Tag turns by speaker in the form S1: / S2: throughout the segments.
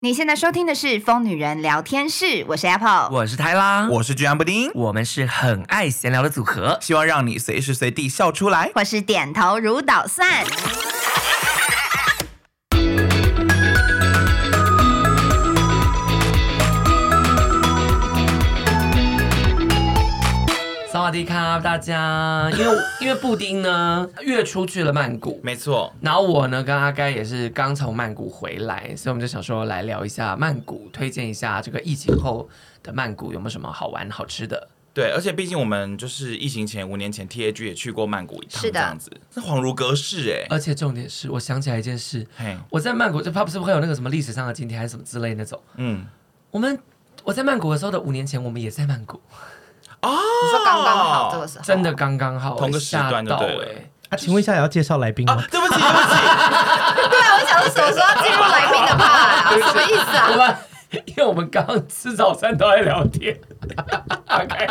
S1: 你现在收听的是《疯女人聊天室》，我是 Apple。
S2: 我是泰拉，
S3: 我是居安布丁，
S2: 我们是很爱闲聊的组合。
S3: 希望让你随时随地笑出来。
S1: 或是点头如捣蒜。
S2: 萨瓦迪卡，大家！因 为因为布丁呢，月初去了曼谷，
S3: 没错，
S2: 然后我呢跟阿该也是刚从曼谷回来，所以我们就想说来聊一下曼谷，推荐一下这个疫情后的曼谷有没有什么好玩好吃的。
S3: 对，而且毕竟我们就是疫情前五年前 T A G 也去过曼谷一趟，
S1: 是的
S3: 这样子，那恍如隔世哎、
S2: 而且重点是我想起来一件事，
S3: 嘿，
S2: 我在曼谷就怕不是会有那个什么历史上的今天还是什么之类那种，
S3: 嗯，
S2: 我们。我在曼谷的时候的五年前，我们也在曼谷，
S3: 哦
S1: 你说刚刚好这个时候，
S2: 哦真的刚刚好，
S3: 同个时段就
S2: 吓到
S3: 对了
S2: 欸
S4: 啊，请问一下，也要介绍来宾吗？
S3: 啊对不起，对不起，
S1: 对啊，我想说什么时候进入来宾 的吧？什么意思
S2: 我
S1: 啊？
S2: 们因为我们刚刚吃早餐都在聊天，阿开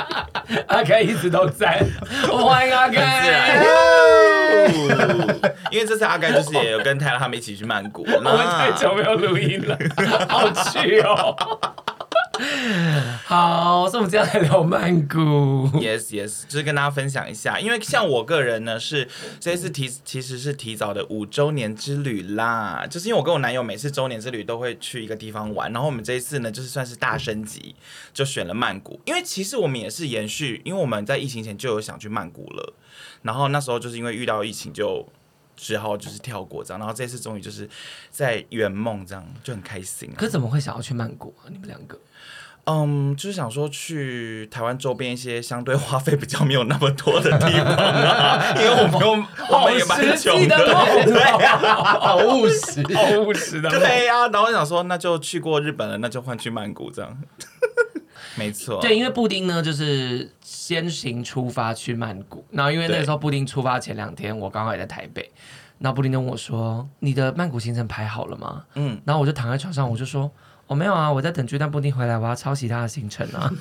S2: 阿开一直都在，我欢迎阿
S3: 哎
S2: 开。
S3: 因为这次阿甘就是也有跟泰拉他们一起去曼谷，我
S2: 我们太久没有录音了，好去哦。好，所以我们今天来聊曼谷。
S3: Yes, yes，就是跟大家分享一下，因为像我个人呢，是这次提其实是提早的五周年之旅啦，就是因为我跟我男友每次周年之旅都会去一个地方玩，然后我们这一次呢，就是算是大升级，就选了曼谷，因为其实我们也是延续，因为我们在疫情前就有想去曼谷了，然后那时候就是因为遇到疫情就。只好就是跳过这样，然后这次终于就是在圆梦这样，就很开心、啊。
S2: 可怎么会想要去曼谷啊？你们两个
S3: 嗯，就是想说去台湾周边一些相对花费比较没有那么多的地方啊，因为我 们用我们也蛮穷
S2: 的梦，
S3: 对呀、
S2: 好务实，好务实的梦。
S3: 对呀、然后想说那就去过日本了，那就换去曼谷这样， 没错，
S2: 对，因为布丁呢，就是先行出发去曼谷，然后因为那个时候布丁出发前两天，我刚好也在台北，那布丁就问我说：“你的曼谷行程排好了吗？”
S3: 嗯
S2: 嗯，然后我就躺在床上，我就说。我、没有啊，我在等巨蛋布丁回来，我要抄袭他的行程啊！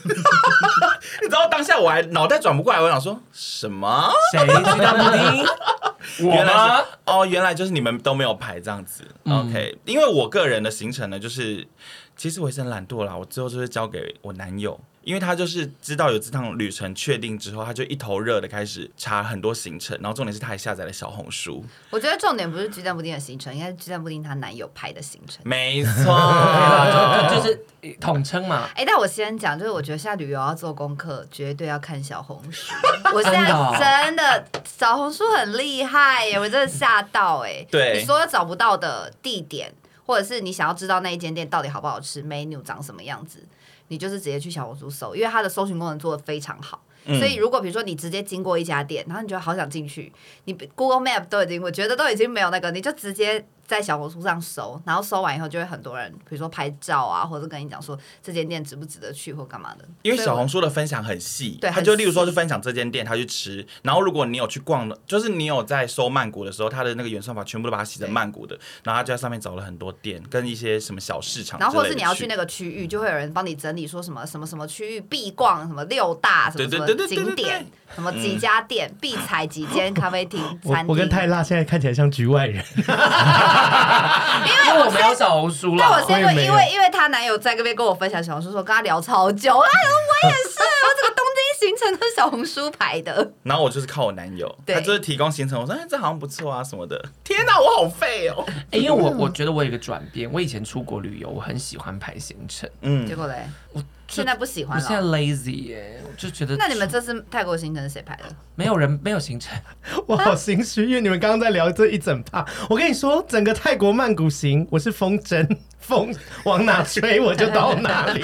S3: 你知道当下我还脑袋转不过来，我想说什么？
S2: 谁巨蛋布丁？我
S3: 原来
S2: 吗
S3: 是？哦，原来就是你们都没有排这样子。OK，
S2: 嗯
S3: 因为我个人的行程呢，就是其实我也是很懒惰啦，我最后就是交给我男友。因为他就是知道有这趟旅程确定之后，他就一头热的开始查很多行程，然后重点是他还下载了小红书。
S1: 我觉得重点不是鸡蛋布丁的行程，应该是鸡蛋布丁她男友拍的行程。
S3: 没
S2: 啊
S3: 错，
S2: 就是统称嘛。
S1: 哎、但我先讲，就是我觉得现在旅游要做功课，绝对要看小红书。我现
S2: 真
S1: 在
S2: 的哦
S1: 真的小红书很厉害耶，我真的吓到哎。
S3: 对
S1: 你所有找不到的地点，或者是你想要知道那一间店到底好不好吃，menu 长什么样子，你就是直接去小红书搜，因为它的搜寻功能做的非常好。
S3: 嗯
S1: 所以，如果比如说你直接经过一家店，然后你觉得好想进去，你 Google Map 都已经，我觉得都已经没有那个，你就直接在小红书上搜，然后搜完以后就会很多人，比如说拍照啊，或者跟你讲说这间店值不值得去或干嘛的。
S3: 因为
S1: 所以
S3: 小
S1: 我
S3: 红书的分享很细，
S1: 对
S3: 他就
S1: 很
S3: 例
S1: 细
S3: 如说就分享这间店他去吃，然后如果你有去逛的，就是你有在搜曼谷的时候，他的那个原算法全部都把它写成曼谷的，然后他就在上面找了很多店跟一些什么小市场之类的，
S1: 然后或者是你要去那个区域，就会有人帮你整理说什么什么什么区域必逛，什么六大什么什么
S3: 对对对对对
S1: 景
S3: 对
S1: 点
S3: 对，嗯
S1: 什么几家店 必踩几间咖啡厅、
S4: 我
S1: 餐厅。
S4: 我跟泰拉现在看起来像局外人，
S2: 因为我没有小红书
S1: 但我
S2: 了
S1: 是，因
S4: 我也
S1: 为
S4: 没
S1: 因
S4: 有
S1: 为因为她男友在那边跟我分享小红书，说跟她聊超久，我想说我也是，我这个东京行程都是小红书排的。
S3: 然后我就是靠我男友，
S1: 对
S3: 他就是提供行程，我说哎，这好像不错啊什么的。天哪，我好废哦。
S2: 哎因为我我觉得我有一个转变，我以前出国旅游，我很喜欢排行程，
S1: 结
S3: 嗯，
S1: 果嘞，
S2: 我
S1: 现在不喜
S2: 我
S1: 欢
S2: 现在
S1: 了。
S2: lazy 耶、我就觉得
S1: 那你们这次泰国行程是谁排的？
S2: 没有人没有行程，
S4: 我好心虚，因为你们刚刚在聊这一整趴。我跟你说，整个泰国曼谷行，我是风筝， 风往哪吹我就到哪里。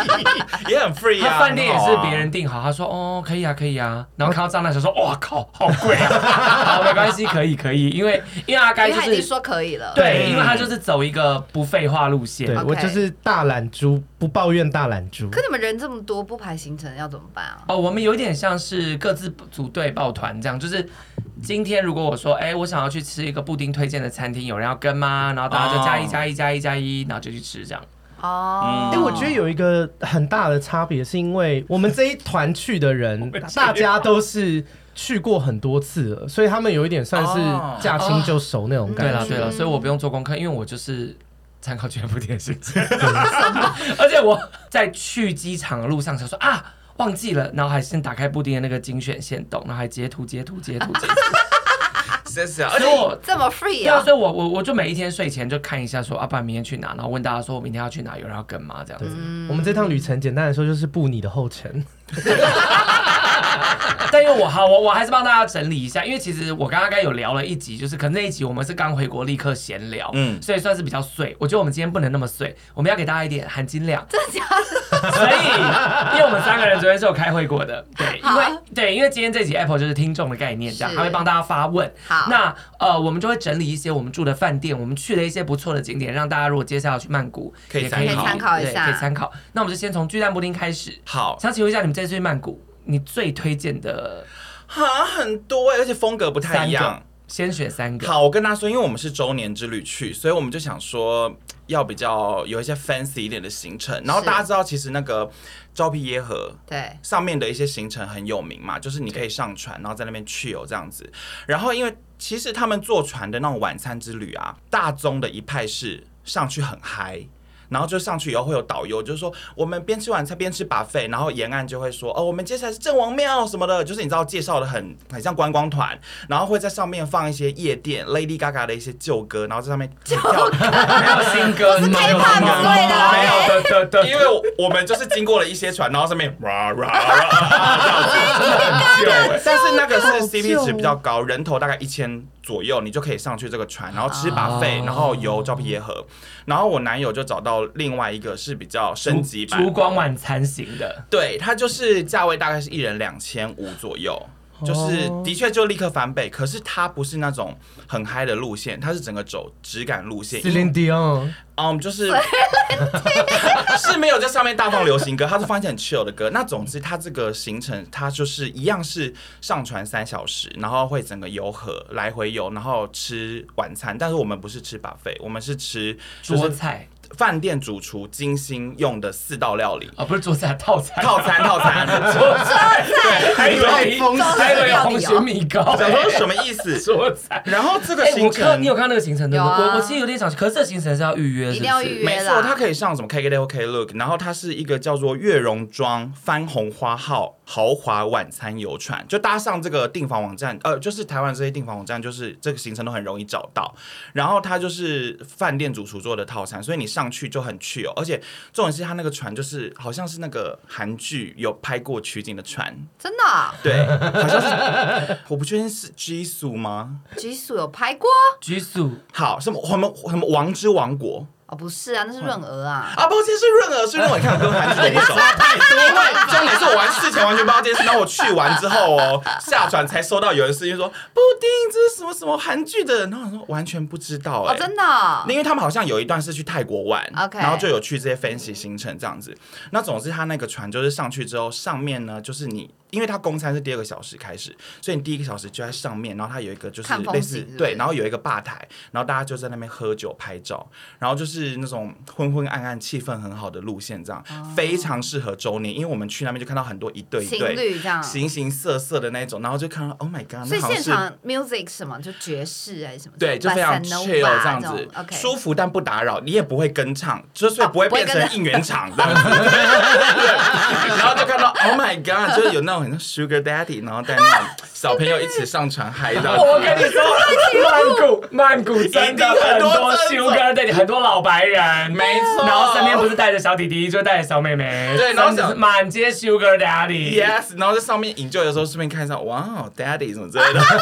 S3: 也很 free 啊。
S2: 他饭店也
S3: 很
S2: 是
S3: 好啊
S2: 别。人订好，他说哦可以啊可以啊，然后看到账单的时候说哇靠好贵啊，好没关系可以可以，因为因为阿该
S1: 于
S2: 就
S1: 海迪
S2: 是
S1: 说可以了。
S2: 对，
S3: 嗯
S2: 因为他就是走一个不废话路
S4: 对
S2: 线。
S4: 我
S1: OK
S4: 就是大懒猪，不抱怨大懒猪
S1: 可。你们人这么多，不排行程要怎么办啊？
S2: 哦，我们有点像是各自组队抱团这样，就是今天如果我说，哎、我想要去吃一个布丁推荐的餐厅，有人要跟吗？然后大家就加一
S3: 哦
S2: 加一加一加一，然后就去吃这样。
S1: 哦，
S3: 嗯
S4: 哎、我觉得有一个很大的差别，是因为我们这一团去的人， 大家都是去过很多次了，所以他们有一点算
S3: 哦
S4: 是驾轻就熟那种
S1: 对
S4: 感
S2: 对
S4: 觉。
S2: 了对了，所以我不用做功课，因为我就是参考全部电视剧， 而且我在去机场的路上想说啊。忘记了，然后还先打开布丁的那个精选线动，然后还截图截图截图截图，
S3: 谢谢。啊 而
S2: 而
S3: 且
S2: 且我
S1: 这么 free
S2: 对啊，
S1: 啊
S2: 所？以我我我就每一天睡前就看一下说，啊，不然明天去哪，然后问大家说我明天要去哪，有人要跟吗？这样子。
S4: 我们这趟旅程简单来说就是步你的后尘。
S2: 但因为我好，我我还是帮大家整理一下，因为其实我刚刚刚有聊了一集，就是可能那一集我们是刚回国立刻闲聊，
S3: 嗯
S2: 嗯，所以算是比较碎。我觉得我们今天不能那么碎，我们要给大家一点含金量。
S1: 真的假的？
S2: 所以，因为我们三个人昨天是有开会过的，对，因
S1: 好
S2: 为对，因为今天这集 Apple 就是听众的概念，这样
S1: 是
S2: 他会帮大家发问。
S1: 好
S2: 那呃，我们就会整理一些我们住的饭店，我们去的一些不错的景点，让大家如果接下来去曼谷
S3: 可以
S2: 也
S3: 参考
S1: 可以参考一
S2: 对
S1: 下
S2: 可以参考。那我们就先从巨蛋布丁开始。
S3: 好，
S2: 想请问一下，你们这次去曼谷，你最推荐的
S3: 哈，很多、欸，而且风格不太一样。
S2: 先选三个？
S3: 好，我跟他说，因为我们是周年之旅去，所以我们就想说要比较有一些 fancy 一点的行程。然后
S1: 是
S3: 大家知道，其实那个昭披耶河
S1: 对，
S3: 上面的一些行程很有名嘛，就是你可以上船，然后在那边去游这样子。然后因为其实他们坐船的那种晚餐之旅啊，大宗的一派是上去很嗨。然后就上去以后会有导游，就是说我们边吃晚餐边吃 buffet，然后沿岸就会说哦，我们接下来是郑王庙什么的，就是你知道介绍的很很像观光团，然后会在上面放一些夜店 Lady Gaga 的一些旧歌，然后在上面跳，
S2: 没有新歌，
S1: 不是
S2: 没有
S1: K-pop
S2: 新歌
S1: 之类的
S2: 没有的的的，
S3: 因为我们就是经过了一些船，然后上面哇哇哇，对，但是那个是 CP 值比较高，人头大概一千左右，你就可以上去这个船，然后吃把费，
S2: 哦
S3: 然后游照皮耶河。然后我男友就找到另外一个是比较升级版
S2: 烛，光晚餐型的。
S3: 对，它就是价位大概是一人两千五左右。就是的确就立刻翻倍，可是它不是那种很嗨的路线，它是整个走质感路线，
S4: Dion，
S3: 嗯，就是是没有在上面大放流行歌，他是放一些很 chill 的歌。那总之，他这个行程，他就是一样是上船三小时，然后会整个游河来回游，然后吃晚餐。但是我们不是吃 buffet，我们是吃就
S2: 桌
S3: 是
S2: 菜
S3: 饭店主厨精心用的四道料理。
S2: 啊、哦，不是桌 菜，套餐。
S3: 套餐 套餐，
S2: 还以为
S4: 太丰
S1: 盛了
S2: 还以为有红雪米糕，
S3: 想说什么意思？
S2: 说菜。
S3: 然后这个
S2: 哎，
S3: 行
S2: 我
S3: 程
S2: 看你有看那个行程对不对？
S1: 有啊
S2: 我我其实有点想去，可是这行程是要预约，是不是
S1: 一定要预约
S3: 没
S1: 啦
S3: 错，它可以上什么 KKday 或 Klook，然后它是一个叫做月榕庄番红花号豪华晚餐游船，就搭上这个订房网站，呃，就是台湾这些订房网站，就是这个行程都很容易找到。然后它就是饭店主厨做的套餐，所以你上去就很去哦。而且重点是它那个船就是好像是那个韩剧有拍过取景的 船，
S1: 真的啊
S3: 对，好像是我不确定是 Jisoo 吗？
S1: ，G 数有拍过
S2: 居宿
S3: 好，什么什么什么王之王国。
S1: 哦？不是啊，那是润儿啊。
S3: 啊，抱歉，是润儿，是润儿，你看我跟韩剧的一 手，因为重点是我玩事前完全不知道这件事，然后我去完之后哦，下船才收到有人私信说布丁这是什么什么韩剧的，然后我说完全不知道哎、
S1: 哦，真的啊、
S3: 因为他们好像有一段是去泰国玩
S1: OK
S3: 然后就有去这些分析行程这样子。那总之，他那个船就是上去之后，上面呢就是你，因为他公餐是第二个小时开始，所以你第一个小时就在上面，然后它有一个就是
S1: 看风
S3: 类
S1: 景
S3: 似
S1: 是不是
S3: 对，然后有一个吧台，然后大家就在那边喝酒拍照，然后就是那种昏昏暗暗、气氛很好的路线，这样、
S1: 哦
S3: 非常适合周年，因为我们去那边就看到很多一对一
S1: 情
S3: 对。
S1: 侣这样。
S3: 形形色色的那种，然后就看到，Oh my God！
S1: 所
S3: 那
S1: 以
S3: 好像
S1: 现
S3: 是
S1: 场 music 什么就爵士还是什么？
S3: 对，就非常
S1: Bossa
S3: chill
S1: Nova
S3: 这样
S1: 种
S3: 子
S1: OK，
S3: 舒服但不打扰，你也不会跟唱，就所以
S1: 哦
S3: 不会
S1: 不会
S3: 变
S1: 跟
S3: 成
S1: 着
S3: 应援场 这样子。对然后就看到 Oh my God，就是有那种很像 Sugar Daddy，然后带那种小朋友一起上船嗨 这样子。
S2: 我跟你说， 曼谷曼谷真的很多
S3: 一定很多
S2: Sugar Daddy，很多老白人，
S3: 没错
S2: 然后身边不是带着小弟弟，就带着小妹妹，
S3: 对然后想
S2: 真的是满街 Sugar Daddy。
S3: Yes，然后在上面 enjoy 的时候，顺便看一下，哇哦，Daddy 什么之类的。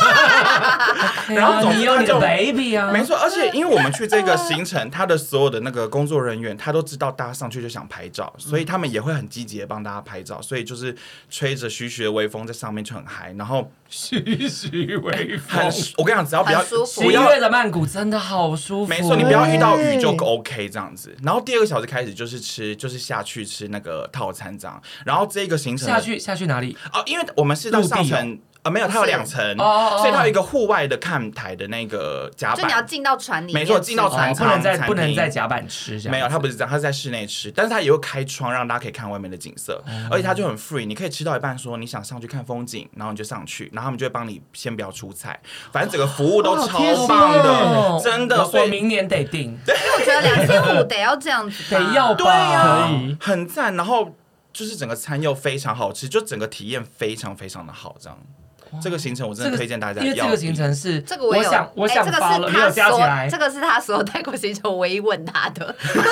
S2: 对啊
S3: 然后总之
S2: 你有你
S3: 他就
S2: 的 baby 啊，
S3: 没错，而且因为我们去这个行程，他的所有的那个工作人员，他都知道大家上去就想拍照，所以他们也会很积极的帮大家拍照，所以就是吹着徐徐的微风在上面就很嗨，然后
S2: 徐徐微
S3: 很
S2: 风。，
S3: 我跟你讲，只要不要
S1: 很舒服
S2: 十
S3: 不
S2: 一
S3: 要
S2: 月的曼谷真的好舒服，
S3: 没错，你不要遇到雨就
S4: 对
S3: OK 这样子。然后第二个小时开始就是吃，就是下去吃那个套餐这样。然后这个行程的
S2: 下去下去哪里？
S3: 哦，因为我们是到上
S2: 陆地
S3: 层。啊，没有，它有两层，
S2: 哦哦
S3: 所以它有一个户外的看台的那个甲
S1: 就你要
S3: 板。
S1: 进到船里面
S3: 没
S1: 吃，
S3: 错进到船
S2: 哦，不能在不能在
S3: 餐厅
S2: 甲板吃，这样
S3: 没有，
S2: 子
S3: 它不是这样，它是在室内吃，但是它也会开窗让大家可以看外面的景色，
S2: 哦
S3: 而且它就很 free，你可以吃到一半说你想上去看风景，然后你就上去，然后他们就会帮你先不要出菜，反正整个服务都
S4: 哇好贴
S3: 超
S4: 心
S3: 棒的
S2: 哦，
S3: 真的，
S2: 我
S3: 所
S2: 我
S3: 以啊
S2: 明年得定，
S1: 我觉得两千五得要这样子吧，
S2: 得要
S3: 对啊
S2: 吧？
S4: 可以
S3: 很赞，然后就是整个餐又非常好吃，就整个体验非常非常的好，这样。这个行程我真
S2: 这
S3: 的
S2: 个
S3: 推荐大家
S2: 因为这
S3: 要
S2: 个行程是
S1: 这个我有，
S2: 想我
S1: 哎
S2: 想
S1: 这个
S2: 发了，
S1: 是
S2: 没有
S1: 他
S2: 加起来
S1: 说，这。个是他所有泰国行程唯一问他的， 我说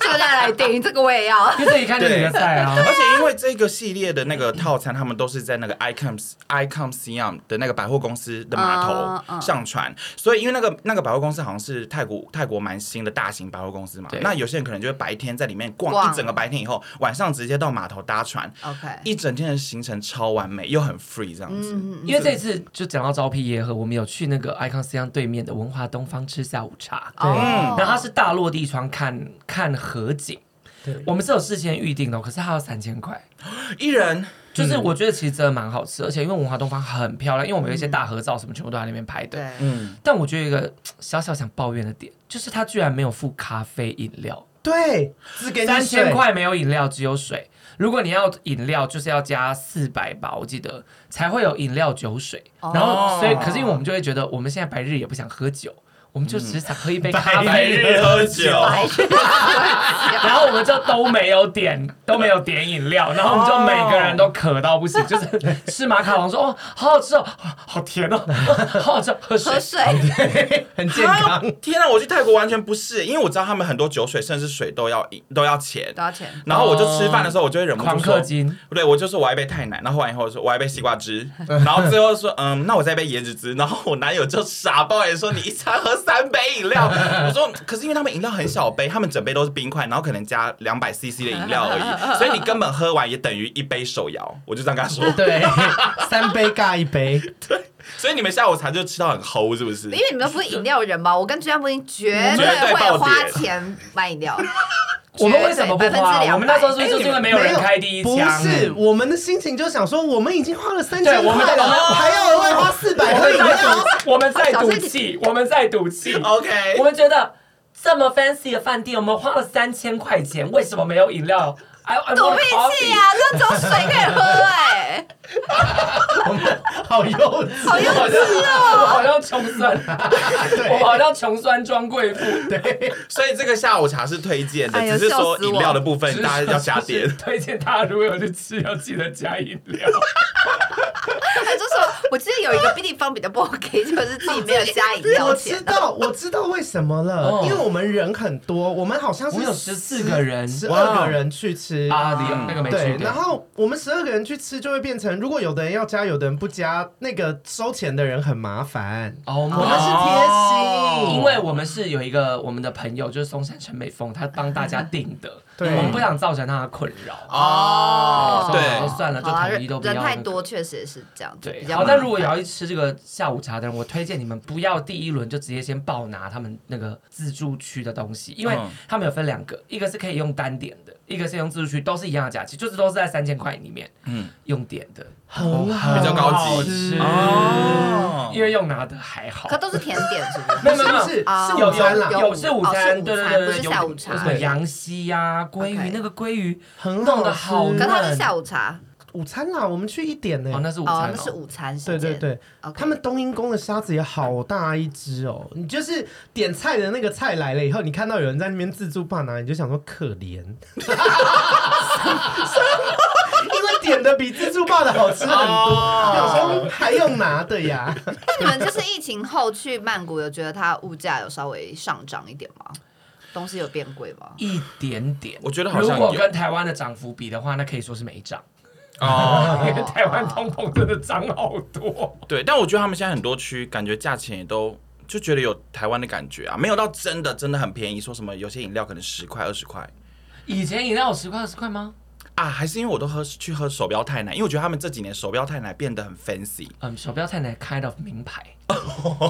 S1: 这个再来订，这个我也要。
S2: 因为这一看就是你的菜啊，
S3: 而且因为这个系列的那个套餐，他们都是在那个 Icon Icon Siam 的那个百货公司的码
S2: 啊
S1: 嗯
S3: 头
S1: 嗯
S3: 上传，所以因为那个那个百货公司好像是泰国泰国蛮新的大型百货公司嘛
S2: 对，
S3: 那有些人可能就会白天在里面
S1: 逛
S3: 逛一整个白天以后，晚上直接到码头搭船，
S1: OK，
S3: 一整天的行程超完美又很 free 这样子。
S1: 嗯，
S2: 因为这次就讲到招聘耶和，我们有去那个 Icon 思 m 对面的文化东方吃下午茶，
S1: 哦，
S2: 然后它是大落地窗看看河景
S4: 对。
S2: 我们是有事先预定的，哦可是它要三千块，
S3: 一人
S2: 就是
S1: 嗯
S2: 我觉得其实真的蛮好吃，而且因为文化东方很漂亮，因为我们有一些大合照什么全部都在那边拍的。
S1: 嗯对，
S3: 嗯，
S2: 但我觉得有一个嘖小小想抱怨的点，就是它居然没有附咖啡饮料，
S4: 对，只给你
S2: 三
S4: 水
S2: 千，块没有饮料，只有水。如果你要饮料，就是要加四百吧，我记得才会有饮料酒水。
S1: 哦
S2: 然后，所以可是因为我们就会觉得，我们现在白日也不想喝酒，我们就只想喝一杯咖
S4: 白
S2: 啡。
S4: 日
S3: 喝酒
S1: 白痴，
S2: 然后我们就都没有点，都没有点饮料，然后我们就每个人都渴到不行，就是吃马卡龙说哦，好好吃哦，啊好甜哦， 啊好好吃哦，喝水
S1: 喝。水，
S4: 很健康。
S3: 天啊，我去泰国完全不是，因为我知道他们很多酒水甚至水都要饮都要钱。
S1: 多少钱？
S3: 然后我就吃饭的时候，我就会忍不住
S2: 哦狂
S3: 说
S2: 氪，金，
S3: 对我就说我要一杯泰奶，然后喝完以后我说我要一杯西瓜汁，然后最后说嗯，那我再一杯椰子汁，然后我男友就傻爆眼说你一餐喝三杯饮料，我说可是因为他们饮料很小杯，他们整杯都是冰块，然后可能加两百 CC 的饮料而已，所以你根本喝完也等于一杯手摇，我就这样跟他说，
S4: 对，三杯尬一杯，
S3: 所以你们下午茶就吃到很齁是不是
S1: 因？为你们不是饮料人吧？我跟朱家布丁绝
S3: 绝对
S1: 会
S3: 爆
S1: 花
S3: 点
S1: 钱买饮 料，
S2: 我们为什么不
S1: 百分之
S2: 花？
S1: 200
S2: 我们那时候是不是就是因为没有人开第一
S4: 不
S2: 枪？
S4: 是，我们的心情就想说，我们已经花了三千块
S2: 对我们在
S4: 了，还要额外花四百
S2: 我
S4: 喝饮
S2: 们在
S4: 料，
S2: 赌，哦我们在
S1: 小
S2: 赌
S1: 心
S2: 气，我们在赌气。
S3: OK，
S2: 我们觉得这么 fancy 的饭店，我们花了三千块钱，为什么没有饮料？哎，
S1: 赌屁气啊！这种水可以喝 哎，
S4: 好幼稚，
S1: 好幼稚哦。
S2: 我好像穷酸，我
S4: 对
S2: 好像穷酸装贵妇，
S4: 对，
S3: 所以这个下午茶是推荐的，
S1: 哎呦
S3: 只是说
S1: 笑死我
S3: 饮料的部分大家要加
S2: 就
S3: 点
S2: 是。 推荐大家如果有去吃，要记得加饮料。
S1: 他哎就说，我记得有一个地方比较不 OK，就是自己没有加饮料
S4: 我知
S1: 钱。
S4: 道，我知道为什么了
S2: 哦，
S4: 因为我们人很多，我们好像
S2: 我
S4: 是
S2: 们有14个人
S4: 十
S3: 哇
S4: 二个人去吃
S2: 啊，你有那
S3: 嗯
S2: 个没去
S4: 对，
S2: 过
S4: 然后我们十二个人去吃，就会变成如果有的人要加，有的人不加，那个收钱的人很麻烦。
S2: 哦，我
S4: 我们是
S2: 们
S1: 哦
S3: 哦
S4: 贴
S2: 是，
S4: 心，
S2: 因为我们是有一个我们的朋友，就是松山陈美凤，她帮大家订的，
S4: 对
S2: 我们不想造成她的困扰。
S3: 哦
S2: 对所以我
S3: 对
S2: 说，算了，就
S1: 好啦
S2: 统一都
S1: 人
S2: 不要
S1: 人
S2: 那个。
S1: 太多，确实是这样子，
S2: 对
S1: 比，较
S2: 好，
S1: 麻
S2: 但
S1: 烦。
S2: 如果有要去吃这个下午茶的人，我推荐你们不要第一轮就直接先爆拿他们那个自助区的东西，因为
S3: 嗯
S2: 他们有分两个，一个是可以用单点的，一个是用自助区，都是一样的价钱，就是都是在三千块里面
S3: 嗯，
S2: 用点的，
S4: 很好，
S3: 比较高级
S2: 好吃
S3: 哦
S2: 因为用拿的还好
S1: 可。都是甜点，是不
S2: 没
S1: 是
S2: 有？没有没有
S4: 是不是
S1: 啊
S4: 是
S2: 有
S4: 午餐啦
S2: 有有是午
S1: 哦是
S2: 餐，
S1: 午
S2: 对对
S1: 餐
S2: 对
S1: 不
S2: 对，
S1: 是
S2: 有
S1: 下午茶
S2: 有什么羊溪呀、鲑
S1: OK
S2: 鱼，那个鲑鱼
S4: 很
S2: 弄
S4: 好
S2: 得好
S4: 吃
S1: 可是它是下午茶，
S4: 午餐啦，我们去一点呢、
S2: 哦，那是午
S1: 哦，
S2: 餐
S1: 那是
S2: 哦。
S1: 午餐时
S4: 对
S1: 间。
S4: 对对，
S1: OK
S4: 他们冬阴功的虾子也好大一只哦。你就是点菜的那个菜来了以后，你看到有人在那边自助霸拿，你就想说可 怜，因为点的比自助霸的好吃很
S2: 哦
S4: 多，有时候还用拿的呀。
S1: 那你们就是疫情后去曼谷，有觉得它物价有稍微上涨一点吗？东西有变贵吗？
S2: 一点点，
S3: 我觉得好
S2: 如
S3: 像
S2: 果
S3: 有
S2: 跟台湾的涨幅比的话，那可以说是没涨。
S3: 哦，
S2: 因为台湾通膨真的涨好多。
S3: 对，但我觉得他们现在很多区感觉价钱也都就觉得有台湾的感觉啊，没有到真的真的很便宜，说什么有些饮料可能十块二十块
S2: 以前饮料有十块二十块吗？
S3: 啊，还是因为我都喝去喝手标太奶，因为我觉得他们这几年手标太奶变得很 fancy，
S2: 嗯，手标太奶 kind of 名牌，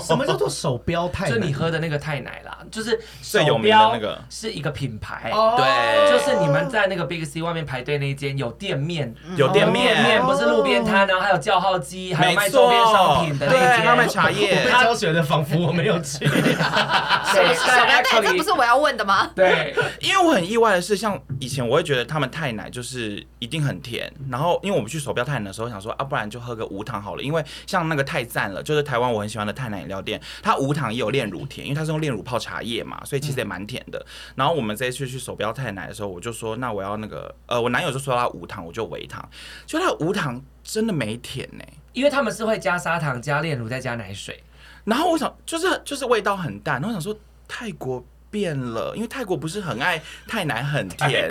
S4: 什么叫做手标太
S2: 哦就
S4: 难？
S2: 你喝的那个太奶啦，就是
S3: 最有
S2: 手
S3: 名的
S2: 标
S3: 那个
S2: 是一个品牌，
S4: 哦
S3: 对
S2: 就是就是你们在那个 Big C 外面排队那一间有店面，
S3: 嗯有店
S2: 店面
S3: 面，
S2: 不是路边摊，啊然后还有叫号机，还有
S3: 没
S2: 卖周
S3: 错
S2: 边商品的，那
S3: 对，
S2: 一间，
S3: 还有卖茶
S4: 我 被
S3: 叶，
S4: 教学的仿佛我没有去，
S2: 对
S1: 小
S2: 但
S1: 白蛋，这不
S2: actually-
S1: 是我要问的吗？
S2: 对，
S3: 因为我很意外的是，像以前我会觉得他们太奶就是一定很甜，然后因为我们去手标太奶的时候，想说啊，不然就喝个无糖好了，因为像那个太赞了，就是台湾我很喜欢的太奶饮料店，它无糖也有炼乳甜，因为它是用炼乳泡茶叶嘛，所以其实也蛮甜的。然后我们这一次去手标太奶的时候，我就说那我要那个呃，我男友就说他无糖，我就微糖，就他无糖真的没甜呢、
S2: 因为他们是会加砂糖、加炼乳、再加奶水，
S3: 然后我想，就是就是味道很淡，然后我想说泰国变了，因为泰国不是很爱泰奶很甜，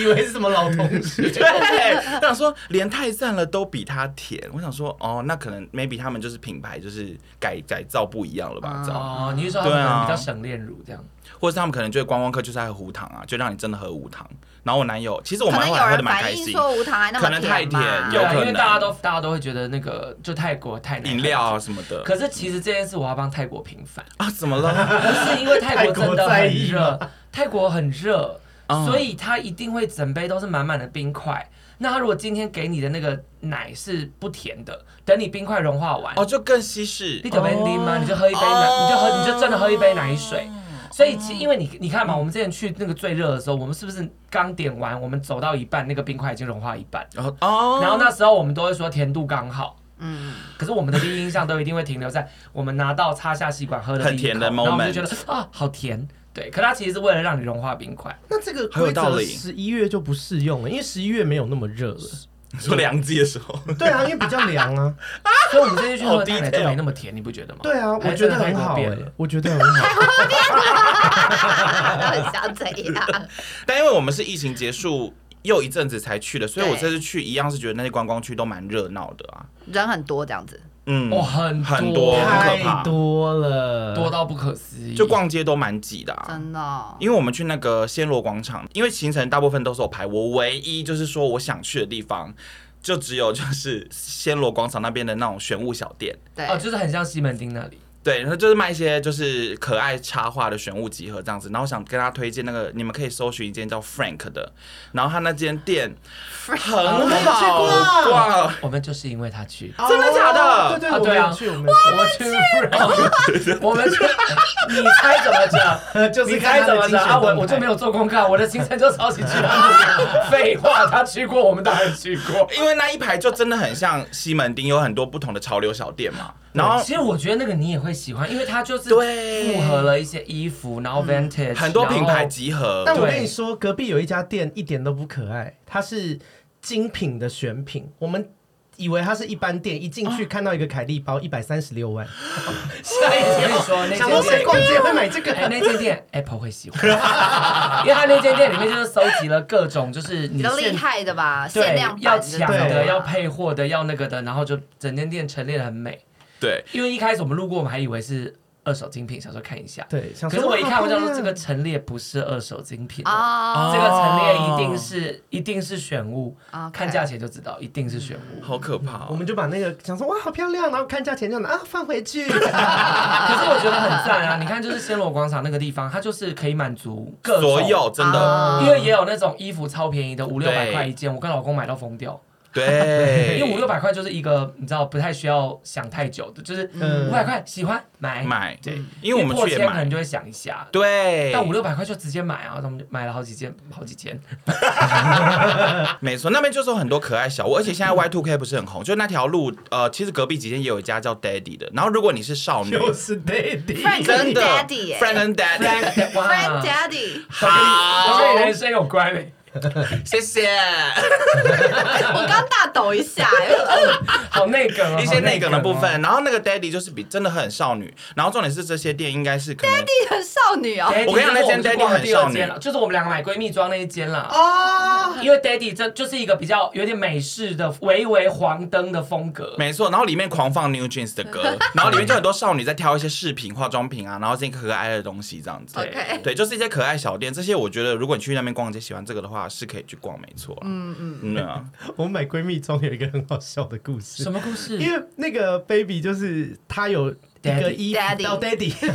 S4: 以为是什么老同事。
S3: 对，我想说连泰赞了都比它甜，我想说哦，那可能 maybe 他们就是品牌就是改改造不一样了
S1: 嗯
S3: 吧，这样，
S2: 哦，你是说他们
S3: 对
S2: 可
S3: 啊
S2: 能比较省炼乳这样？
S3: 或者是他们可能觉得观光客就是爱喝无糖啊，就让你真的喝无糖。然后我男友其实我
S1: 可
S3: 们
S1: 能
S3: 后
S1: 有
S3: 来喝的
S1: 人
S3: 蛮开
S1: 反映
S3: 心，
S1: 说无糖还那么
S3: 可能太
S1: 嘛
S3: 甜
S2: 对
S3: 有
S2: 啊，
S3: 可
S2: 因
S3: 能
S2: 为大家都大家都会觉得那个就泰国太奶
S3: 饮料。啊什么的
S2: 可是其实这件事我要帮泰国平反，
S3: 啊怎么了？
S2: 不是因为泰国真的
S4: 泰国在
S2: 很
S4: 意
S2: 热，泰国很热，
S3: 嗯
S2: 所以它一定会整杯都是满满的冰块。那他如果今天给你的那个奶是不甜的，等你冰块融化完，
S3: 哦，就更哦稀释
S2: 你。得杯拎吗？你就喝一杯奶，你就喝，你就真的喝一杯奶水。所以其因为你你看嘛，我们之前去那个最热的时候，我们是不是刚点完，我们走到一半，那个冰块已经融化一半，
S3: 然后哦，
S2: 然后那时候我们都会说甜度刚好。
S1: 嗯，
S2: 可是我们的第一印象都一定会停留在我们拿到插下吸管喝的
S3: 很
S2: 第一口
S3: 甜的
S2: 然后我们
S3: moment
S2: 就觉得啊，好甜。对，可它其实是为了让你融化冰块。
S4: 那这个
S3: 很有
S4: 规
S3: 道
S4: 则
S3: 理
S4: 十一月就不适用了，因为十一月没有那么热了。
S3: 说凉季的时候，
S4: 对啊，因为比较凉啊。
S2: 所以我们这次去喝
S3: 好
S2: 的奶奶
S3: detail
S2: 就没那么甜，你不觉得吗？
S4: 对啊，
S2: 还
S4: 我觉
S2: 真
S4: 得
S2: 的
S4: 很
S2: 太多
S4: 好哎、
S2: 变了。
S4: 我觉得很好。
S1: 到底想怎样？
S3: 但因为我们是疫情结束又一阵子才去的，所以我
S1: 对
S3: 这次去一样是觉得那些观光区都蛮热闹的啊。
S1: 人很多这样 子，
S3: 嗯，
S2: 哇，哦很
S3: 很多很可怕
S4: 太多了，
S2: 多到不可思议，
S3: 就逛街都蛮挤的、啊。
S1: 真的哦、
S3: 因为我们去那个暹罗广场，因为行程大部分都是我排，我唯一就是说我想去的地方，就只有就是暹罗广场那边的那种玄物小店，
S1: 对，
S2: 哦，就是很像西门町那里。
S3: 对，然后就是卖一些就是可爱插画的玄物集合这样子。然后想跟大家推荐那个，你们可以搜寻一间叫 Frank 的，然后他那间店很
S2: 我没有
S4: 去过
S3: 好逛，
S2: 我们就是因为他去，
S4: 哦
S3: 真的假的
S4: 对
S2: 啊
S4: 对，我没
S2: 对啊
S4: 有 去，我没
S2: 我们去不然，我 们去， 你猜怎么着？
S4: 有去，就
S2: 你
S4: 是
S2: 猜
S4: 看他
S2: 怎
S4: 的
S2: 么
S4: 精
S2: 着
S4: 选
S2: 啊？我
S4: 动态
S2: 我就没有做功课，我的行程就超级去他那边。废话，他去过，我们当然去过。
S3: 因为那一排就真的很像西门町，有很多不同的潮流小店嘛。然后
S2: 其实我觉得那个你也会喜欢，因为它就是
S3: 对
S2: 复合了一些衣服，然后 vintage，
S3: 很多品牌
S2: 然后
S3: 集合，
S4: 但我
S2: 对
S4: 跟你说，隔壁有一家店一点都不可爱，它是精品的选品，我们。以为它是一般店，一进去看到一个凯利包一百三十六万，哎
S2: 吓一跳。我跟你说，那
S4: 想说
S2: 间
S4: 谁
S2: 店，
S4: 逛街会买这个？
S2: 哎，那间店 Apple 会喜欢，因为它那间店里面就是收集了各种，就是
S1: 比
S2: 你
S1: 较厉
S2: 现
S1: 害的吧，限
S2: 对
S1: 量版
S2: 要
S1: 这
S2: 抢
S1: 种
S2: 的、
S4: 对
S2: 要配货的、要那个的，然后就整间店陈列的很美。
S3: 对，
S2: 因为一开始我们路过，我们还以为是二手精品，想说看一下。
S4: 对，想
S2: 可
S4: 说
S2: 是我一看，我就
S4: 想
S2: 说这个陈列不是二手精品哦，
S1: 哦，
S2: 这个陈列一
S3: 哦
S2: 定是一定是选物，
S1: OK
S2: 看价钱就知道一定是选物。
S3: 好可怕、
S4: 我
S3: 哦。
S4: 们就把那个想说哇好漂亮，然后看价钱就拿啊放回 去，
S2: 啊可是我觉得很赞啊！你看，就是暹罗广场那个地方，它就是可以满足各种
S3: 所有真的
S1: 啊
S2: 因为也有那种衣服超便宜的，五六百
S3: 对
S2: 块一件，我跟老公买到疯掉。
S3: 对，
S2: 因为五六百块就是一个你知道不太需要想太久的，就是
S4: 嗯
S2: 五百块喜欢买
S3: 买
S2: 对，
S3: 因为我们
S2: 破
S3: 去也
S2: 千可能
S3: 买，
S2: 就会想一下。
S3: 对，
S2: 但五六百块就直接买啊，他们就买了好几件，好几件。
S3: 没错，那边就是有很多可爱小屋，而且现在 Y Two K 不是很红，就那条路，呃，其实隔壁几间也有一家叫 Daddy 的。然后如果你是少女，
S4: 就是 Daddy。
S1: Frank
S3: 真的
S1: Daddy 耶
S3: Frank and Daddy，
S2: Frank，
S1: Frank
S2: 哇，
S1: Daddy，
S2: 都
S3: 好，
S2: 跟你人生有关嘞。
S3: 谢谢。
S1: 我刚大抖一下， 有点饿
S2: 好内梗哦，
S3: 一些
S2: 好
S3: 内梗的部
S2: 哦。
S3: 分，然后那个 Daddy 就是比真的很少女，然后重点是这些店应该是可能
S1: 你很少女哦，
S2: Daddy，
S3: 我跟你讲那间
S2: 就是我们去
S3: Daddy
S2: 逛的
S3: 很
S2: 第二间了，就是我们两个买闺蜜装那一间啦。
S4: 哦，
S2: 因为 Daddy 这就是一个比较有点美式的微微黄灯的风格，
S3: 没错，然后里面狂放 New Jeans 的歌，然后里面就很多少女在挑一些饰品、化妆品啊，然后这些可可爱爱的东西这样子。
S2: 对
S1: OK
S3: 对，就是一些可爱小店，这些我觉得如果你去那边逛街喜欢这个的话，话是可以去逛，没错。嗯嗯，嗯啊，
S4: 我买闺蜜中有一个很好笑的故事
S2: 什，么故事？
S4: 因为那个 baby 就是他有一个
S2: Daddy
S4: 衣服
S1: Daddy
S4: 到 daddy，
S3: 瞬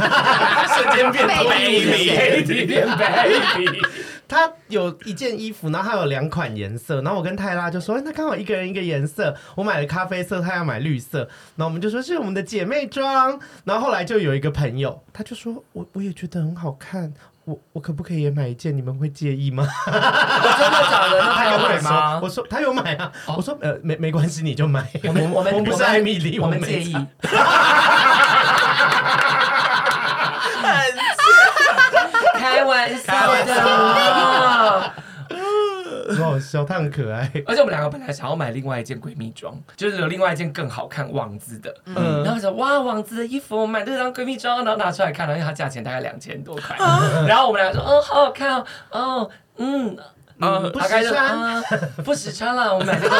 S3: 间变 baby，
S2: baby 变 baby，
S4: 他有一件衣服，然后他有两款颜色，然后我跟泰拉就说，哎那刚好一个人一个颜色，我买了咖啡色，他要买绿色，然后我们就说是我们的姐妹装，然后后来就有一个朋友，他就说我我也觉得很好看，我我可不可以也买一件？你们会介意吗？
S2: 真的假的？那
S4: 他
S2: 他有
S4: 买
S2: 买
S4: 吗？
S2: 吗
S4: 我？说他有买啊，
S2: 哦
S4: 我说呃没没关系，你就买，
S2: 我们我们
S4: 我们不是艾米丽，
S2: 我们
S4: 没
S2: 介意
S4: 差。
S2: 开玩笑
S3: 开玩
S2: 的。
S4: 很好笑，他很可爱。
S2: 而且我们两个本来想要买另外一件闺蜜装，就是有另外一件更好看网子的，
S4: 嗯
S2: 然后我想哇网子的衣服，我买这张闺蜜装，然后拿出来看，然后因为它价钱大概两千多块，然后我们俩说哦好好看哦，哦嗯。
S4: 嗯不
S2: 大概
S4: 时
S2: 就
S4: 穿
S2: 啊不时穿了。我们买这个，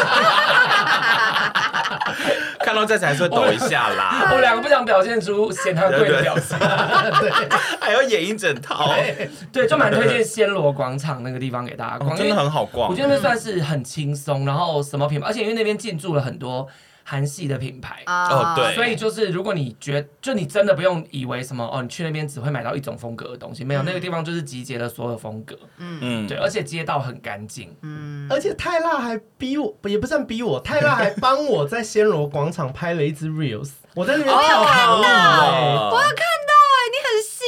S3: 看到这才说抖一下
S2: 我
S3: 啦，
S2: 们两个不想表现出嫌它贵的表情，
S3: 还要演一整套，
S2: 对，就蛮推荐暹罗广场那个地方给大家逛，
S3: 哦真的很好逛。
S2: 我觉得那算是很轻松，然后什么品牌，而且因为那边进驻了很多韩系的品牌。
S1: 啊
S3: 哦对
S2: 所以就是，如果你觉就你真的不用以为什么哦，你去那边只会买到一种风格的东西，没有，那个地方就是集结了所有风格，
S3: 嗯
S2: 对，，而且街道很干净， 嗯
S4: 而
S3: 哦
S4: 且泰辣还逼我，不也不算逼我，泰辣还帮我在暹罗广场拍了一支 reels，我在那
S2: 哦
S4: 边跳
S1: 好
S4: 韩舞、哎，
S3: 哦
S1: 我有看到哎、你很新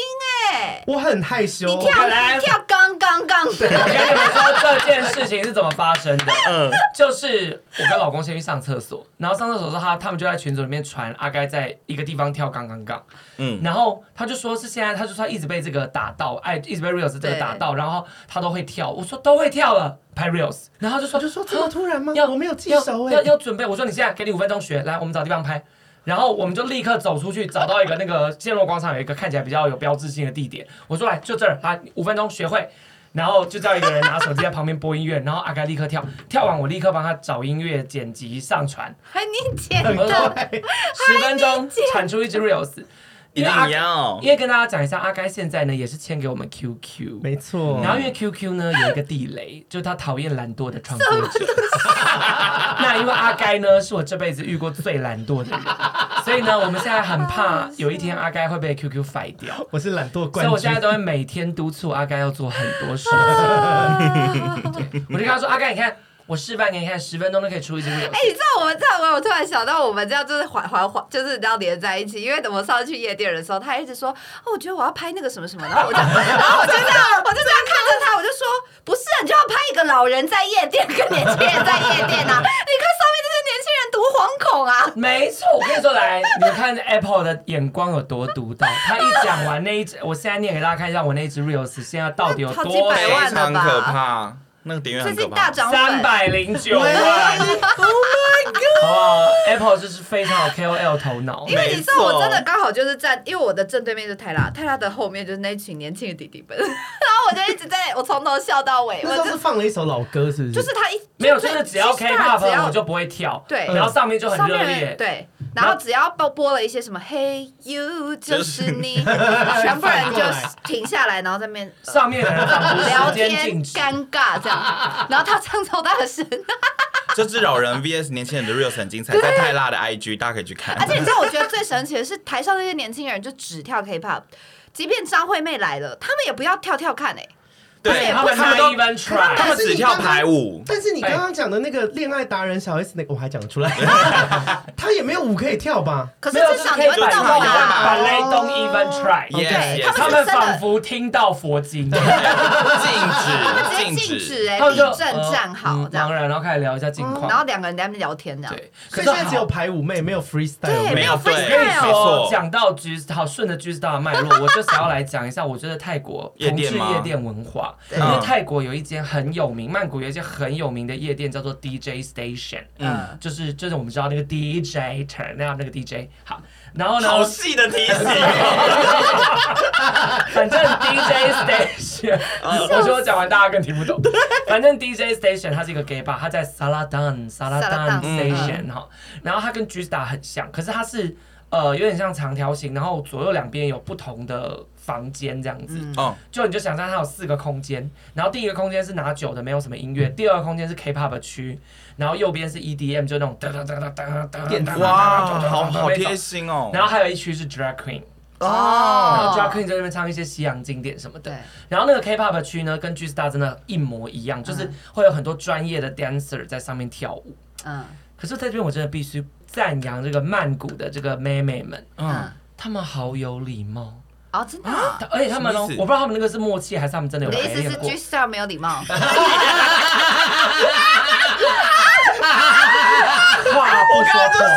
S1: 哎、
S4: 我很害羞。
S1: 你跳
S2: 哦我来
S1: 你跳刚刚刚，
S2: 我 跟你们说这件事情是怎么发生的，
S3: 嗯，
S2: 就是我跟老公先去上厕所，然后上厕所的时候他他们就在群组里面传阿该在一个地方跳杠杠杠，
S3: 嗯
S2: 然后他就说是现在他就说他一直被这个打到，哎，一直被 reels 这个打到，然后他都会跳，我说都会跳了，拍 reels，然后他就说
S4: 我就说这么突然吗？
S2: 要
S4: 我没有记
S2: 要
S4: 熟哎、
S2: 要要准备，我说你现在给你五分钟学，来我们找地方拍。然后我们就立刻走出去，找到一个那个暹罗广场有一个看起来比较有标志性的地点。我说来就这儿，来五分钟学会。然后就叫一个人拿手机在旁边播音乐，然后阿该立刻跳，跳完我立刻帮他找音乐剪辑上传，
S1: 还哎你姐
S2: 很快
S1: 的，
S2: 十分钟产出一支 reels。
S3: 一
S2: 因为阿
S3: 定要
S2: 因为跟大家讲一下，阿该现在呢也是签给我们 QQ，
S4: 没错。
S1: 嗯
S2: 然后因为 QQ 呢有一个地雷， 就是他讨厌懒惰的创作者。 那因为阿该呢是我这辈子遇过最懒惰的 人，所以呢我们现在很
S1: 啊
S2: 怕有一天阿该会被 QQ 甩掉，
S4: 我是懒惰
S2: 所
S4: 冠
S2: 以
S4: 军，
S2: 我现在都会每天督促阿该要做很多事 情。
S1: 啊
S2: 对，我就跟他说：“阿该，你看我示范给你看，十分钟都可以出一支 reels。
S1: 哎、 你知道我们这样玩，我突然想到，我们这样就是环环环，就是这样连在一起。因为等我上次去夜店的时候，他一直说：“哦，我觉得我要拍那个什么什么。”然后我就， 然后我就这样，我就这样看着他，我就说：“不是啊，你就要拍一个老人在夜店跟年轻人在夜店啊！ 你看上面这些年轻人多惶恐啊！”
S2: 没错，我跟你说，来，你看 Apple 的眼光有多独到。他一讲完那一支，我现在念给大家看一下，我那一支 Reels 现在到底有
S1: 好几
S2: 多
S1: 百万
S3: 非常可怕，那个点阅
S1: 最
S3: 很可
S1: 近大
S3: 怕。
S1: 涨
S2: 三
S1: 粉，
S2: 百零九万，Oh my god！好不好？Apple 就是非常有 KOL 头脑，
S1: 因为你知道，我真的刚好就是站，因为我的正对面就是泰拉，泰拉的后面就是那群年轻的弟弟们， 然后我就一直在我从头笑到尾，
S4: 那
S1: 我
S4: 时候
S1: 就是
S4: 放了一首老歌，是不是？
S1: 就是他一
S2: 没有，就是只要
S1: 其实大家只
S2: K-pop
S1: 要
S2: 我就不会跳，
S1: 对
S2: 然后上面就很
S1: 上
S2: 热
S1: 面
S2: 烈，
S1: 人，对，然后只要播播了一些什么 Hey you 就是你， 全部人就停下来，然后在那边。呃
S2: 上面的人仿佛
S1: 聊
S2: 时
S1: 天
S2: 间静止。
S1: 尴尬这样，然后他唱超大声，
S3: 这只老人 VS 年轻人的 reels 很精彩，在泰辣的 IG 大家可以去看。
S1: 而且你知道，我觉得最神奇的是，台上那些年轻人就只跳 K-pop，即便张惠妹来了，他们也不要跳跳看哎、
S3: 对
S1: 他
S2: 他
S1: 们
S2: 们
S3: 他们
S2: 他
S3: 都
S2: 一般
S3: 他
S2: try，
S3: 们只跳排舞，
S4: 但是你刚刚讲的那个恋爱达人小 S 那个，我还讲得 出来，他也没有舞可以跳吧？
S1: 可是
S2: 没有
S1: 至少你会知道
S3: 就是可以
S1: 吧？
S2: 芭蕾 don't even try，
S3: Yes,
S1: 对
S3: yes
S2: 他
S1: 他们
S2: 们
S1: 是真的
S2: 仿佛听到佛经，
S3: 对禁止
S1: 直接禁止哎、
S2: 他们
S1: 立
S2: 就
S1: 正站好
S2: 嗯
S1: 这样嗯
S2: 茫，然，然后开始聊一下近况，
S1: 然后两个人在那边聊天这样。
S2: 对，可
S4: 所以
S2: 是
S4: 现在只有
S2: 好
S4: 排舞妹，没有 freestyle
S1: 对，
S4: 妹
S3: 没。有
S1: 分
S3: 对
S2: 跟你
S1: 开哦。
S2: 说
S3: 没错，
S2: 讲到 G Star，好顺着 G Star 的脉络，我就想要来讲一下，我觉得泰国
S3: 夜
S2: 同
S3: 店
S2: 志
S3: 吗嗯
S2: 夜店文化，
S1: 对
S2: 因为泰国有一间很有名，曼谷有一间很有名的夜店叫做 DJ Station，
S1: 嗯
S2: 嗯，就是就是我们知道那个 DJ turn up 那个 DJ，好，然后呢，
S3: 好细的提醒。
S2: 反正 DJ Station，我觉得我讲完大家更听不懂。反正 DJ Station 它是一个 gay bar，它在 Saladan Saladan
S1: Saladan，
S2: Station 哈，然后它跟 G Star 很像，可是它是。呃，有点像长条形，然后左右两边有不同的房间这样子。
S1: 嗯，
S3: 哦，
S2: 就你就想象它有四个空间，然后第一个空间是拿酒的，没有什么音乐；第二个空间是 K-pop 区，然后右边是 EDM，就那种哒哒哒哒哒哒
S4: 电子
S3: 哇，好好贴。心哦。
S2: 然后还有一区是 drag queen，然
S1: 哦
S2: 后 drag queen 在那边唱一些西洋经典什么的。
S1: 对，
S2: 然后那个 K-pop 区呢，跟 G Star 真的，一模一样，就是会有很多专业的 dancer 在上面跳舞。
S1: 嗯
S2: 可是在这边我真的必须赞扬这个曼谷的这个妹妹们，
S1: 嗯
S3: 嗯，，
S2: 她们好有礼貌，
S1: 哦，真的啊，
S2: 她而且她们哦，
S3: 什
S2: 我
S3: 么
S2: 不
S3: 意思
S2: 知道她们那个是默契还是她们真的
S1: 你
S2: 有
S1: 的意
S2: 排
S1: 思
S2: 练
S1: 是
S2: 过
S1: G。Star 没有礼貌？
S2: 话啊不说破，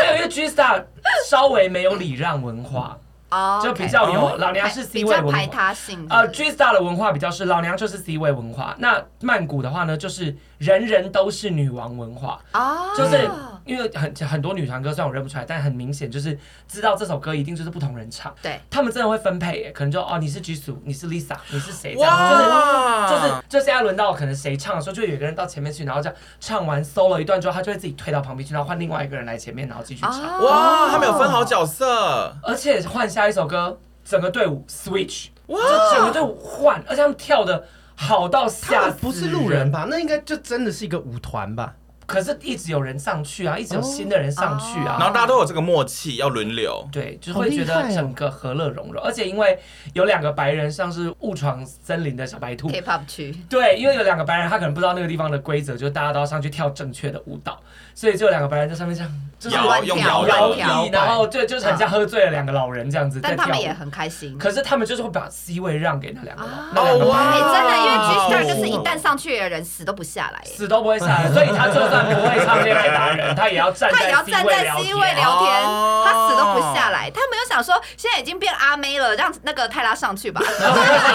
S2: 没有，因为 G Star 稍微没有礼让文化，
S1: 哦，
S2: 就比较有老娘
S1: 排
S2: 是 C
S1: 比
S2: 位
S1: 较
S2: 文
S1: 排
S2: 化。
S1: 他性
S2: 呃
S1: 是不是
S2: ，G Star 的文化比较是老娘就是 C 位文化，那曼谷的话呢，就是人人都是女王文化，
S1: 哦，
S2: 就是因为很很多女团歌虽然我认不出来，但很明显就是知道这首歌一定就是不同人唱，
S1: 对，
S2: 他们真的会分配耶，可能就哦你是 Jisoo，你是 Lisa，你是谁这样，就是
S3: 哇，
S2: 就是就现在轮到可能谁唱的时候，就有一个人到前面去，然后这样唱完 solo 一段之后，他就会自己退到旁边去，然后换另外一个人来前面，然后继续唱。
S1: 哦
S3: 哇，他们有分好角色，
S2: 而且换下一首歌，整个队伍 switch，
S3: 哇，
S2: 就整个队伍换，而且他们跳的好到
S4: 他
S2: 吓
S4: 们
S2: 死
S4: 不是路人？吧？那应该就真的是一个舞团吧？
S2: 可是一直有人上去啊，一直有新的人上去啊。
S3: 然后大家都有这个默契，要轮流。
S2: 对，就
S4: 好
S2: 会觉
S4: 厉害
S2: 得
S4: 哦
S2: 整个和乐融融，而且因为有两个白人，像是误闯森林的小白兔，
S1: K-pop 区，
S2: 对，因为有两个白人，他可能不知道那个地方的规则，就是大家都要上去跳正确的舞蹈，所以就有两个白人在上面这样，就是
S3: 摇
S1: 乱
S3: 用摇
S1: 跳乱
S2: 摇
S3: 的
S1: 跳
S2: 椅，，然后就就是很像喝醉了两个老人这样子在
S1: 但他
S2: 跳
S1: 们也
S2: 舞。
S1: 很开心。
S2: 可是他们就是会把 C 位让给那两个老
S1: 啊
S2: 那两个白人
S3: 嗯哦
S1: 哎、
S3: 哇
S1: 真的，因为 G Star 就是一
S3: 哦
S1: 旦上去的人死都不下来，哎
S2: 死都不会下来，所以他就算不会唱恋爱达人，他也要站
S1: 他也
S2: 在
S1: 要
S2: C
S1: 站
S2: 位
S1: 在
S2: 聊
S1: C
S2: 天
S1: 位聊天，
S3: 哦
S1: 他死都不下来。他没有想说现在已经变阿妹了，让那个泰拉上去 吧，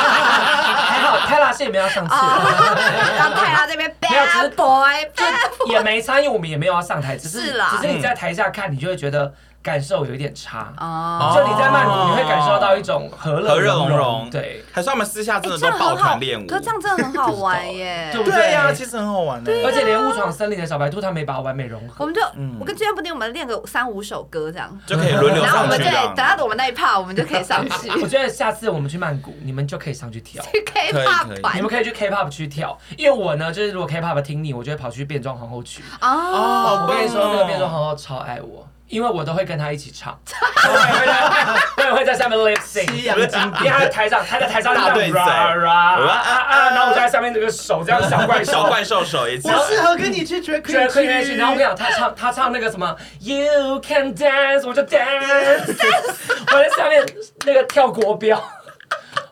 S2: 还好泰拉是也没有上去。
S1: 哦 让泰拉这边
S2: 没有只是
S1: bad boy
S2: 就也没差，因为我们也没有要上台，只
S1: 是
S2: 是
S1: 啦
S2: 只是你在台下看，你就会觉得感受有一点差。
S1: 哦。
S2: 就你在曼谷，你会感受到一种和乐
S3: 和乐融
S2: 融，
S3: 融
S2: 对，。
S3: 还是他们私下
S1: 哎
S3: 真的
S1: 这样
S3: 都抱
S1: 很好
S3: 团练舞，，
S1: 可这样真的很好玩耶
S2: 就
S3: 对呀、
S2: 对啊
S3: 其实很好玩的、
S2: 而且连误闯森林的小白兔，他没把我完美融
S1: 我
S2: 合。
S1: 们就，
S3: 嗯
S1: 我跟志愿不定，我们练个三五首歌这样，
S3: 就可以轮流
S1: 然后
S3: 上
S1: 我们
S3: 去
S1: 就等
S3: 啊。
S1: 到我们那一趴，我们就可以 上去
S2: 我觉得下次我们去曼谷，你们就可以上去跳，
S1: K-pop
S3: 可以
S2: 你
S1: 团
S2: 们可以去 K-pop 区跳。因为我呢，就是如果 K-pop 听你，我就会跑去变装皇后区。
S1: 哦。
S3: 哦
S2: 我跟你说，那个变装
S3: 好。
S2: 皇后超爱我，因为我都会跟她一起唱，我也会在下面 lip sync，
S4: 西洋经
S2: 因
S4: 典
S2: 为她在台上，她在台上
S3: 大对
S2: 这样
S3: 嘴
S2: 啦啦啦啊啊，然后我就在下面这个手这样小怪 手
S3: 小怪兽手一次
S4: 不，适合跟你去绝
S2: 居然
S4: 对
S2: 可以认识，然后我跟你讲，他唱他唱那个什么 You Can Dance，我就 dance，我在下面那个跳国标。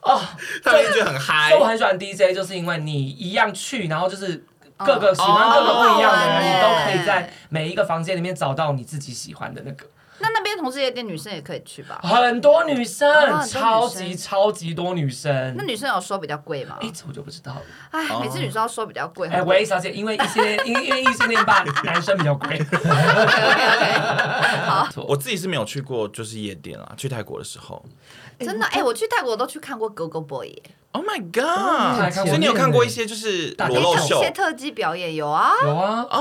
S2: 哦，
S3: 他们一句很嗨
S2: 所以。我很喜欢 DJ，就是因为你一样去，然后就是
S1: 哦
S2: 各个喜欢各个不一样的人，
S3: 哦
S2: 你都可以在每一个房间里面找到你自己喜欢的那个。
S1: 那那边同志夜店女生也可以去吧？
S2: 很多女生，
S1: 哦很多女生
S2: 超级超级多女生
S1: 那。女生有收比较贵吗？
S2: 哎，这我就不知道了。
S1: 哎，每次女生要收比较贵。
S2: 哦哎，喂，小姐，因为一些因因为一些店吧，男生比较 贵。
S3: 我自己是没有去过，就是夜店啦。去泰国的时候
S1: 真的哎、我去泰国都去看过 Go Go Boy，耶
S3: ，Oh my
S2: 哦你还
S3: god！
S2: 看过
S3: 所以你有看过一些就是裸露
S1: 有一
S3: 秀
S1: 些，特技表演有啊，
S2: 有啊，
S1: 哎、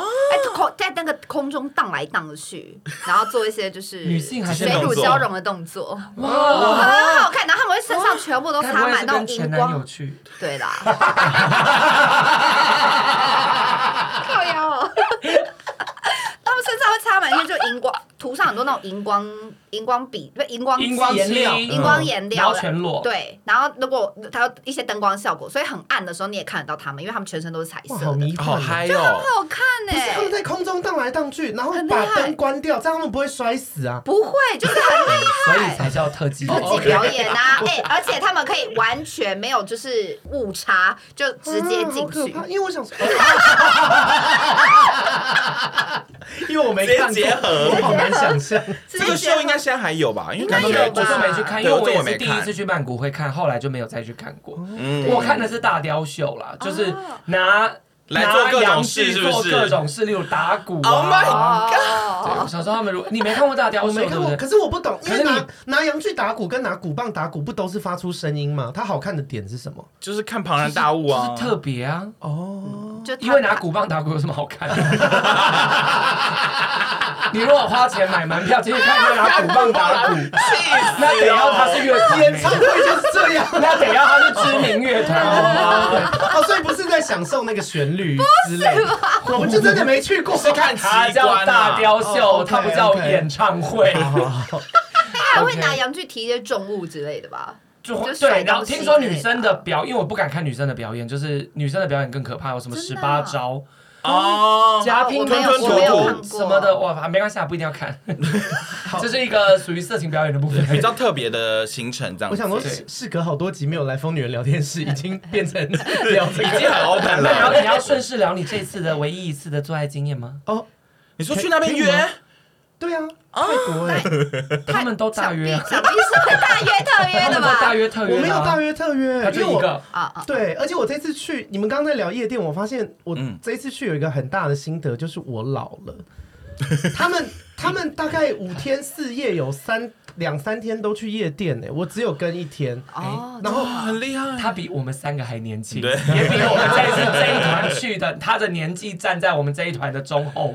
S1: 空在那个空中荡来荡去，然后做一些就是
S2: 女性还是
S1: 水
S3: 动
S1: 乳
S3: 作
S1: 交融的动作，
S2: 哇。
S1: 很好看。然后他们会身上全部都
S2: 该
S1: 插
S2: 不会
S1: 满
S2: 是
S1: 那
S2: 跟
S1: 种
S2: 前
S1: 荧
S2: 男友
S1: 光，
S2: 去？
S1: 对 啦，靠腰哦。他们身上会插满，那就荧光，涂上很多那种颜光、荧光笔，不是荧光
S2: 荧光
S1: 剂
S2: 颜料，
S1: 荧光颜
S2: 然
S1: 料
S2: 后
S1: 啦，
S2: 全裸，，
S1: 对，然后如果它有一些灯光效果，所以很暗的时候你也看得到他们，因为他们全身都是彩色
S4: 哇，
S1: 的，
S4: 好迷
S3: 好
S4: 幻！啊
S3: 嗨哦！
S1: 好看欸呢、
S4: 不是他们在空中荡来荡去，然后
S1: 很厉害
S4: 把灯关掉，这样他们不会摔死啊！
S1: 不会，就是很厉
S2: 所以
S1: 害。
S2: 才叫特技。
S1: 特技
S2: OK
S1: 表演啊，哎、而且他们可以完全没有就是误差，就直接进
S4: 啊好可
S1: 去。
S4: 怕因为我 想说， 因为我没看
S3: 直
S4: 过
S3: 接结合
S4: 我好难想象。
S1: 直接
S3: 这个
S1: 结合
S3: 秀应该现在还有吧？因为
S1: 应该
S3: 感
S2: 我
S3: 觉
S1: 有
S2: 就
S1: 吧
S2: 我就没去看，因为
S3: 对
S2: 我
S3: 这
S2: 也
S3: 我没
S2: 是第一次
S3: 看
S2: 去曼谷会看，后来就没有再去看过。
S3: 嗯
S2: 我看的是大雕秀啦，就是
S1: 哦
S2: 拿
S3: 来做各种
S2: 拿洋具
S3: 事是不
S2: 做
S3: 是
S2: 各种事，例如打鼓
S3: Oh my
S2: 啊。对，
S1: 哦
S2: 我，小时候他们如果你没看过大雕
S4: 我
S2: 秀，
S4: 没
S2: 对
S4: 看
S2: 不
S4: 过，
S2: 对？
S4: 可是我不懂，因
S2: 可是
S4: 为
S2: 你
S4: 拿拿洋去打鼓跟拿鼓棒打鼓不都是发出声音吗？它好看的点是 什么？
S3: 就是看庞然大物啊
S2: 就是，特别啊，
S4: 哦，
S1: 就他
S2: 因为拿鼓棒打鼓有什么好看？你如果花钱买门票，其实看到他鼓棒打鼓，那得
S3: 死
S2: 要
S3: 哦
S2: 他是乐团
S4: 演唱 会就是这样
S2: 那得要他是知名乐团，好 不好？
S3: 啊
S4: 哦，所以不是在享受那个旋律之类的，我们就真的没去过。
S3: 是看奇
S2: 它叫
S3: 观
S2: 大
S3: 啊。
S2: 雕
S4: 哦
S2: 秀，
S4: ，OK，
S2: 它不叫演唱会。
S1: 他还会
S2: OK
S1: 拿羊去提一些重物之类的吧？
S2: 就
S1: 就
S2: 对，
S1: 甩东西
S2: 然后听说
S1: 之类
S2: 女
S1: 的啊
S2: 生的表，因为我不敢看女生的表演，就是女生的表演更可怕，有什么十
S1: 真的
S2: 八
S1: 啊
S2: 招、
S3: 哦，
S2: 加拼
S1: 我没
S2: 吞吞
S1: 有
S2: 吐
S3: 我没有
S1: 看
S2: 吐
S1: 过
S2: 什么的，哇，没关系，啊，不一定要 看。这是一个属于色情表演的部分。
S3: 比较特别的行程这样
S4: 我
S3: 子。
S4: 想说，
S2: 对
S4: 事事隔好多集没有来疯女人聊天室，已经 变成
S2: 啊
S4: 聊这
S3: 已经
S4: 个。
S3: 很 open
S2: 那你要
S3: 了。
S2: 你要顺势聊你这次的唯一一次的做爱经验吗？
S4: 哦，
S3: 你说去那边
S4: 可以吗
S3: 约？
S4: 对啊，
S2: 哦
S4: 泰国哎，
S2: 他们都大
S1: 想必
S2: 约啊，
S1: 想必是会大约特
S2: 他
S1: 约
S2: 们
S1: 的
S2: 都
S1: 吧？
S2: 大约特约，
S4: 我没有大，约特约
S2: 他，
S4: 因
S2: 就
S4: 为
S2: 一
S4: 我
S2: 个。
S1: 啊啊！
S4: 对，而且我这次去，你们刚刚在聊夜店，我发现我
S3: 嗯
S4: 这一次去有一个很大的心得，就是我老了。 他们他们大概五天四夜，有三两三天都去夜店呢、我只有跟一天。
S1: 哦，
S4: 然后
S1: 真的啊
S3: 很厉害。
S2: 他比我们三个还年轻，
S3: 对
S2: 也比我们这一次这一团去的，他的年纪站在我们这一团的中后。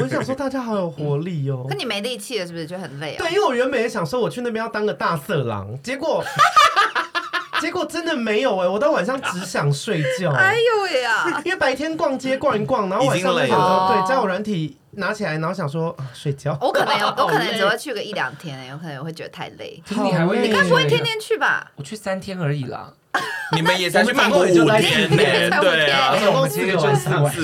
S4: 我想说大家好有活力 哦、
S1: 可你没力气了，是不是就很累啊？
S4: 对，因为我原本也想说我去那边要当个大色狼，结果 结果真的没有哎、我到晚上只想睡觉。
S1: 哎呦喂呀！
S4: 因为白天逛街逛一逛，然后晚上
S3: 已
S4: 就
S3: 经累
S4: 想说
S1: 了
S4: 对，交友软体拿起来，然后想说啊睡觉。
S1: 我可能有，我可能只
S4: 好累
S1: 会去个一两天、欸，有可能会觉得太累。
S2: 可是你还会
S4: 好累
S1: 你该不会天天去吧？
S2: 我去三天而已啦，
S3: 你们也才去曼谷五天呢、对啊
S2: 而，且我们今天就四晚
S3: 是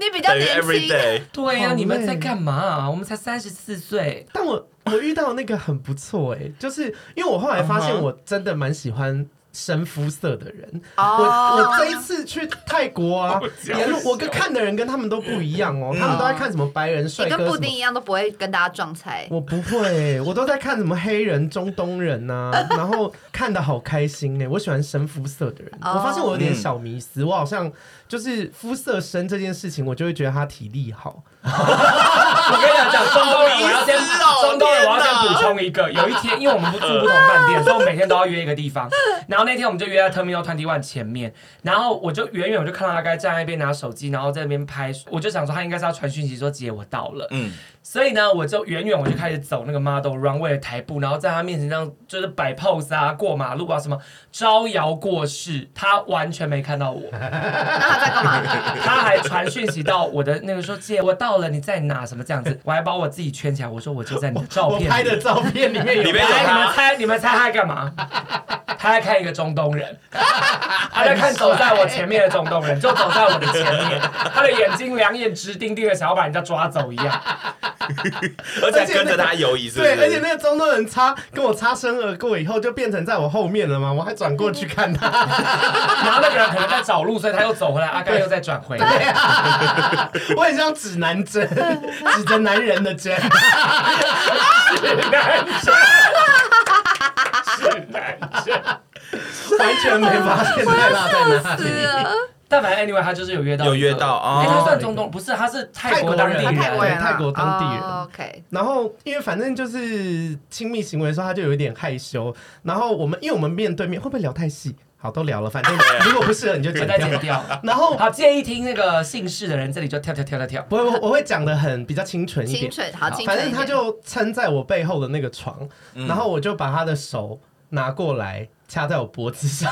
S1: 你比较
S3: 等于
S1: 年
S3: every
S1: 轻，
S3: day。
S2: 对呀、
S4: 好累
S2: 你们在干嘛、啊我们才三十四岁，
S4: 但我 我遇到那个很不错哎、就是因为我后来发现
S3: 嗯哼
S4: 我真的蛮喜欢。深肤色的人
S1: 哦
S4: 我我这一次去泰国啊
S3: 我，讲
S4: 沿路 我跟看的人跟他们都不一样哦，他们都在看什么白人帅
S1: 你
S4: 哥
S1: 跟
S4: 什
S1: 布
S4: 么
S1: 丁一样都不会跟大家撞菜。
S4: 我不会欸、我都在看什么黑人、中东人 呐、然后看的好开心哎、我喜欢深肤色的人。
S1: 哦
S4: 我发现我有点小迷思，我好像就是肤色深这件事情，我就会觉得他体力好。
S2: 我跟你讲，讲中东人，我要先
S3: 好意思哦
S2: 中东人，我要
S3: 天
S2: 先
S3: 哪
S2: 补充一个。有一天，因为我们不住不同饭店，所以我们每天都要约一个地方。然后那天我们就约在 Terminal Twenty One 前面，然后我就远远我就看到他该站在那边拿手机，然后在那边拍，我就想说他应该是要传讯息说姐我到了。
S3: 嗯，
S2: 所以呢，我就远远我就开始走那个 model runway 的台步，然后在他面前这样就是摆 pose 啊、过马路啊什么，招摇过市，他完全没看到 我。
S1: 那他在干嘛？
S2: 他还传讯息到我的那个说姐，我到了，你在哪？什么这样子？我还把我自己圈起来，我说我就在你的照
S4: 哦我
S2: 片里
S4: 拍的照片里面有
S3: 里面
S2: 来，
S3: 有
S2: 你
S3: 他
S2: 们猜，你们猜他在干嘛？他在看一个中东 人，他在看走在我前面的中东人，就走在我的前面，他的眼睛两眼直盯盯的，想要把人家抓走一样。
S3: 而且还跟着他游移，是不
S4: 对，
S3: 是？
S4: 而且那个中东人擦跟我擦身而过以后，就变成在我后面了嘛，我还转过去 看他，
S2: 然后那个人可能在找路，所以他又走回来，阿甘又再转回来。
S1: 啊
S4: 我很像指南针，指着男人的针。完全没发现在哪在哪
S1: 死
S4: 里。
S1: 了！
S2: 但反正 anyway，他就是有约到一个，
S3: 有约到哦
S2: 哎他算中东不是，他是泰国当地
S4: 泰
S1: 他
S2: 人，
S1: 泰国人啊，
S4: 泰国当地人
S1: 哦 OK，
S4: 然后，因为反正就是亲密行为的时候，他就有一点害羞。然后我们，因为我们面对面，会不会聊太细？好，都聊了，反正如果不适合你就
S2: 我
S4: 剪
S2: 再
S4: 掉
S2: 剪。掉。
S4: 然后
S2: 好，建议听那个姓氏的人，这里就跳跳跳跳跳。
S4: 我我我会讲的很比较清纯一
S1: 清
S4: 点，
S1: 纯好清
S4: 反
S1: 纯
S4: 正
S1: 一点。
S4: 他就撑在我背后的那个床，然后我就把他的手拿过来掐在我脖子上。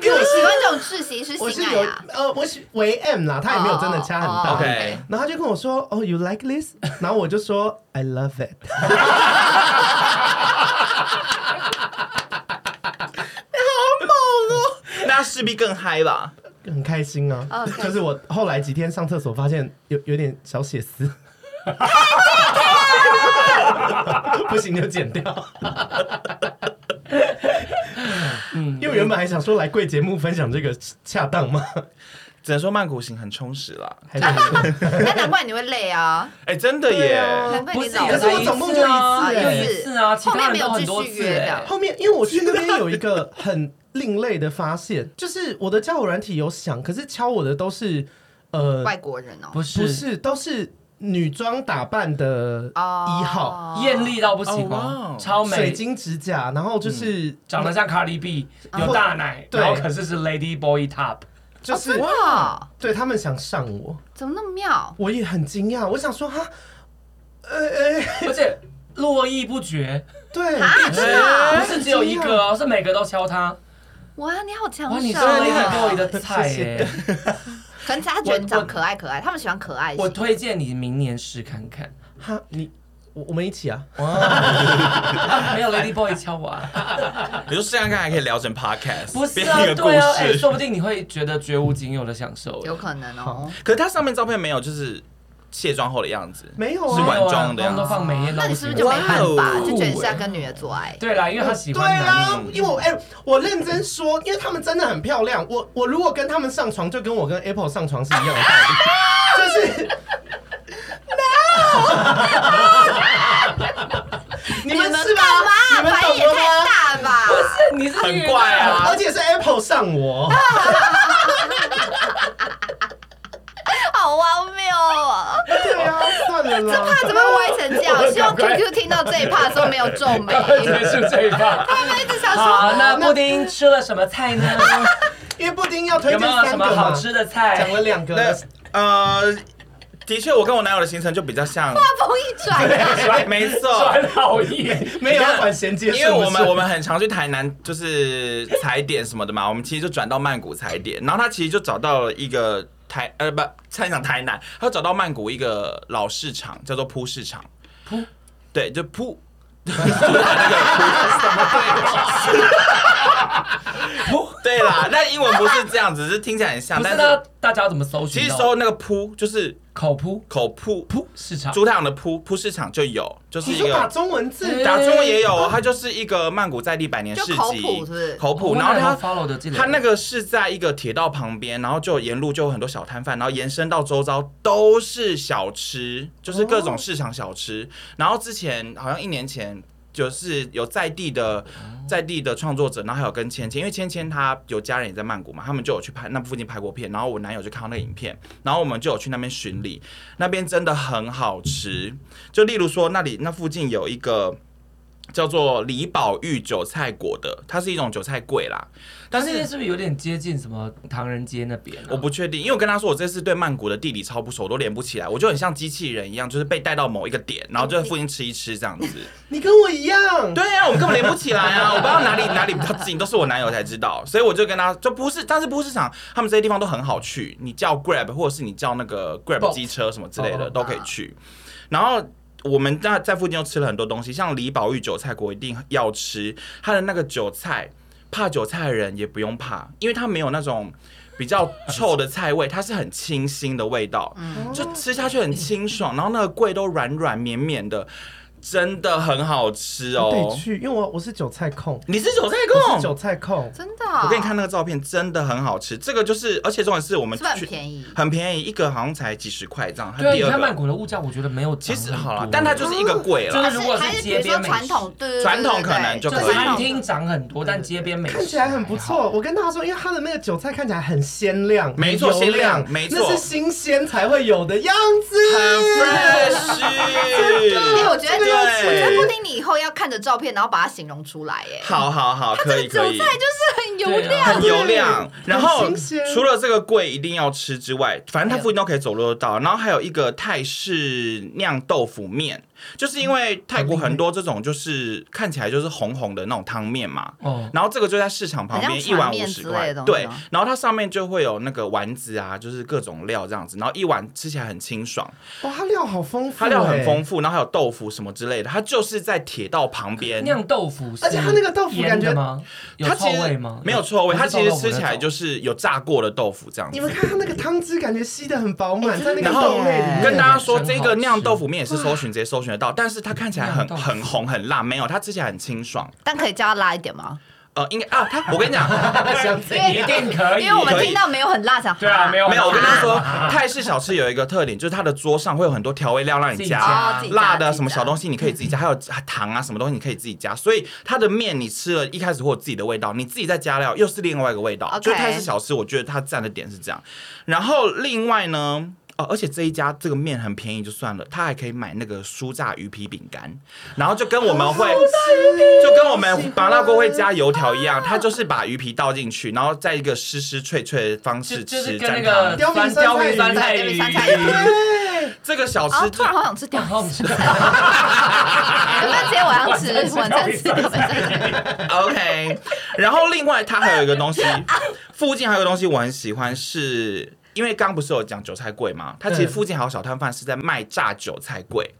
S1: 你？Oh 喜欢这种窒息是
S4: 我是
S1: 性
S4: 有
S1: 爱啊？
S4: 呃，我是为 M 啦，他也没有真的掐很大。
S1: 哦哦哦
S3: OK
S4: 然后他就跟我说：“哦、y o u like this？” 然后我就说：“I love it。”
S2: 哦
S3: 那势必更嗨吧？
S4: 很开心啊
S1: OK
S4: 就是我后来几天上厕所发现有有点小血丝，不行就剪掉。因为我原本还想说来贵节目分享这个恰当吗？
S3: 只能说曼谷行很充实啦。
S4: 还是
S1: 那难怪你会累啊，
S3: 哎、真的耶！
S1: 难怪
S2: 不
S1: 你
S2: 是，
S1: 老
S4: 可
S1: 了
S4: 是我总共就一次
S2: 啊
S1: 哎
S2: 就一次啊，其他人都很多
S1: 后面没有继续
S2: 次
S1: 约
S2: 哎
S1: 的。
S4: 后面因为我去那边有一个很另类的发现，就是我的交友软体有响，可是敲我的都是呃
S1: 外国人哦，
S2: 不
S4: 不
S2: 是
S4: 是都是女装打扮的
S1: 哦
S4: 一号。
S2: 艳丽到不行
S3: 哦
S2: 哦
S3: 哇，
S2: 超
S4: 水
S2: 美，
S4: 晶指甲，然后就是
S1: 啊
S2: 长得像卡 a r 有大奶，
S4: 对
S2: 然后可是是 Lady Boy Top，
S4: 就是、
S1: 真的哦
S4: 对他们想上我，
S1: 怎么那么妙？
S4: 我也很惊讶，我想说哈，
S2: 而且络绎不绝，
S4: 对，
S1: 啊，真的
S2: 不
S1: 啊
S2: 是只有一个哦，是每个都敲他。
S1: 哇，你好强
S2: 哇，你
S1: 手
S2: 真的厉害过
S1: 啊！
S2: 你 的菜耶！
S1: 可能他觉得你长可爱可爱，他们喜欢可爱
S2: 我
S1: 型。
S2: 推荐你明年试看看。
S4: 哈你我我们一起啊，
S2: 没有 Lady Boy 敲我啊？
S3: 比如这样看还可以聊成 podcast，
S2: 不是
S3: 变
S2: 啊
S3: 一，个故
S2: 对啊，哎，
S3: 事。
S2: 说不定你会觉得绝无仅有的享受。
S1: 有可能哦，
S3: 可是它上面照片没有，就是卸妆后的样子。
S4: 没有
S3: 是
S4: 啊
S3: 晚，装的
S2: 他们都放美艳
S1: 那
S2: 东
S1: 你
S2: 西
S1: 是不是。就没办
S3: 哇
S1: 法？
S3: 哦
S1: 就觉得你是在跟女的做爱？
S2: 对啦，因为他喜欢
S4: 对啦
S2: 男女。，
S4: 因为我哎、我认真说，因为他们真的很漂亮。我我如果跟他们上床，就跟我跟 Apple 上床是一样的 道理，就是 no。你
S1: 们
S4: 们是吧？你
S1: 干嘛？
S4: 们
S1: 反应
S4: 懂
S1: 也
S4: 了吗？
S1: 太大了吧？
S2: 是你是
S3: 很怪啊
S4: 而且是 Apple 上我，
S1: 好荒谬啊！
S4: 对啊，算了啦。
S1: 怕怎么歪成这样？希望 QQ 听到这一趴的时候没有皱眉。
S2: 结束这一趴。
S1: 他们一直想
S2: 好，
S1: 说，
S2: 那布丁吃了什么菜呢？
S4: 因为布丁要推
S2: 有
S4: 荐
S2: 没有什
S4: 三
S2: 么
S4: 个
S2: 好
S4: 嘛，
S2: 吃的菜
S4: 讲？了两个
S3: 那
S4: 了，
S3: 呃，的确，我跟我男友的行程就比较 像，
S1: 话锋一 转，啊
S3: 没错。
S2: 转好意。
S4: 没有要啊管衔接
S3: 因为
S4: 顺不顺，
S3: 我们我们很常去台南，就是踩点什么的嘛，我们其实就转到曼谷踩点，然后他其实就找到了一个台呃不，参讲台南，他找到曼谷一个老市场，叫做铺市场，
S2: 铺
S3: 对，就铺
S2: 不
S3: 对啦，但英文不是这样，只是听起来很像，
S2: 不
S3: 但
S2: 知
S3: 是
S2: 道大家怎么搜
S3: 其
S2: 寻
S3: 实
S2: 到？
S3: 说那个铺就是
S2: 口扑
S3: 口铺
S2: 扑市场。
S3: 猪太阳的铺铺市场就有，就是
S4: 你
S3: 一
S4: 说打
S3: 个。
S4: 中文 字，
S3: 打中文也有 哦，它就是一个曼谷在地百年市
S1: 就
S3: 集，
S1: 口谱是不是
S3: 口谱
S2: 我
S3: 然后
S2: 没有
S3: 它
S2: follow 的这个，
S3: 它那个是在一个铁道旁边，然后就沿路就有很多小摊贩，然后延伸到周遭都是小吃，就是各种市场小吃。然后之前好像一年前。就是有在地的在地的创作者，然后还有跟芊芊，因为芊芊她有家人也在曼谷嘛，他们就有去拍那附近拍过片，然后我男友就看到那个影片，然后我们就有去那边巡礼，那边真的很好吃。就例如说那里那附近有一个叫做李宝玉韭菜果的，它是一种韭菜桂啦，
S2: 但
S3: 但是
S2: 是是不是有点接近什么唐人街那边、啊？
S3: 我不确定，因为我跟他说我这次对曼谷的地理超不熟，我都连不起来，我就很像机器人一样，就是被带到某一个点，然后就在附近吃一吃这样子。
S4: 你跟我一样，
S3: 对呀、啊，我们根本连不起来 啊！我不知道哪里哪里比较近，都是我男友才知道，所以我就跟他就不是，但是不市场他们这些地方都很好去，你叫 Grab 或者是你叫那个 Grab
S2: Bolt
S3: 机车什么之类
S2: 哦
S3: 的都可以去。然后我们在在附近又吃了很多东西，像李宝玉韭菜锅一定要吃，它的那个韭菜，怕韭菜的人也不用怕，因为它没有那种。比较臭的菜味，它是很清新的味道，
S1: 嗯哦
S3: 就吃下去很清爽，然后那个桂都软软绵绵的，真的很好吃哦。
S4: 我得去，因为我我是韭菜控，
S3: 你是韭菜
S4: 我是
S3: 控。
S4: 韭菜控，
S1: 真的。哦
S3: 我给你看，那个照片，真的很好吃。这个就是，而且重点是我们
S1: 是不是很
S3: 去
S1: 便宜？
S3: 很便宜，一个好像才几十块这样。它
S2: 对啊，
S3: 第
S2: 你
S3: 二
S2: 看曼
S3: 个
S2: 谷的嗯物价，我觉得没有
S3: 其
S2: 涨很
S3: 实
S2: 多
S3: 好了，但它就是一个贵
S2: 就
S3: 了。
S2: 是
S1: 还
S2: 如果是
S1: 还
S2: 街
S1: 比
S2: 边
S1: 如说
S2: 美
S1: 传统
S2: 食，
S1: 对对对
S3: 传统可能
S1: 对
S3: 就
S2: 就
S3: 可以
S1: 传统
S2: 餐厅涨很多，但街边美食
S4: 看起来很不
S2: 还好。
S4: 错。我跟大家说，因为它的那个韭菜看起来很鲜亮，
S3: 没错
S4: 很油
S3: 鲜亮没错
S4: 那是新鲜才会有的样
S2: 嗯
S4: 子。
S1: 哎，
S3: fresh。
S1: 我觉得
S3: 对
S1: 我觉得布丁，你以后要看着照片，然后把它形容出来，哎，啊
S3: 好好好，可以
S1: 韭
S3: 可
S1: 菜
S3: 以。
S1: 就是很油
S2: 对
S1: 亮，
S2: 啊
S3: 很油亮，然后
S4: 很新鲜
S3: 除了这个贵一定要吃之外，反正它附近都可以走路得到。然后还有一个泰式酿豆腐面，就是因为泰国很多这种就是看起来就是红红的那种汤面嘛，
S2: 哦，
S3: 然后这个就在市场旁
S1: 很
S3: 边，一
S1: 像
S3: 碗
S1: 船
S3: 五
S1: 面
S3: 十
S1: 之
S3: 块
S1: 类的，东西
S3: 对
S1: 吗。
S3: 然后它上面就会有那个丸子啊，就是各种料这样子，然后一碗吃起来很清爽，
S4: 哇，它料好丰富、欸
S3: 它料很丰
S4: 富，
S3: 富，然后还有豆腐什么之类的，它就是在铁道旁边。
S2: 酿豆腐是
S4: 而且它那个豆腐感
S2: 腌
S4: 觉
S2: 的吗？有
S3: 它
S2: 臭
S3: 其实
S2: 味吗？
S3: 没有臭味，
S2: 不
S3: 它
S2: 是
S3: 其实
S2: 臭豆腐
S3: 吃起来
S2: 那种
S3: 就是有炸过的豆腐这样
S4: 你
S3: 子。
S4: 们看它那个汤汁，感觉吸的很饱满，在那个
S3: 哎然后
S4: 豆类里面。
S3: 跟大家说，
S2: 真好
S3: 这
S2: 吃
S3: 个酿豆腐面也是搜寻直接搜寻得到，但是它看起来很
S2: 酿豆腐
S3: 很红很辣，没有，它吃起来很清爽。
S1: 但可以叫它辣一点吗？
S3: 呃，应该啊，它我跟你 讲，
S4: 想
S1: 因为
S2: 一定可以，
S1: 啊因为我们
S3: 可以
S1: 听到没有很辣，想
S2: 对啊，没有
S3: 没有，我跟
S2: 他
S3: 他 说，泰式小吃有一个特点，就是它的桌上会有很多调味料让
S2: 自
S3: 你
S2: 己
S3: 加，
S2: 加
S1: 哦自己加
S3: 辣的
S1: 自己嗯
S3: 什么
S1: 加
S3: 小东西你可以自己加，还有糖啊什么东西你可以自己加，所以它的面你吃了一开始会有自己的味道，你自己再加料又是另外一个味道。
S1: OK
S3: 就泰式小吃，我觉得它占的点是这样。然后另外呢，哦，而且这一家这个面很便宜就算了，他还可以买那个酥炸鱼皮饼干，然后就跟我们会就跟我们麻辣锅会加油条一
S1: 啊
S3: 样，他就是把鱼皮倒进去，然后在一个湿湿脆脆的方
S2: 就
S3: 式
S2: 就是
S3: 吃
S2: 跟那
S3: 蘸
S2: 个
S3: 汤。
S4: 雕
S2: 酸
S4: 民
S2: 雕
S4: 酸
S2: 民酸菜
S1: 菜
S2: 鱼
S1: 鱼对雕民酸菜
S3: 这个小
S1: 啊，
S3: 吃
S1: 突然好想吃掉，
S2: 好吃。
S1: 有没有今天晚上吃？晚餐吃掉没事
S3: OK，然后另外它还有一个 东西，
S2: 啊
S3: 附近还有一个东西我很喜欢是。因为刚不是有讲韭菜贵吗？它其实
S2: 嗯
S3: 附近还有小摊贩是在卖榨韭菜贵，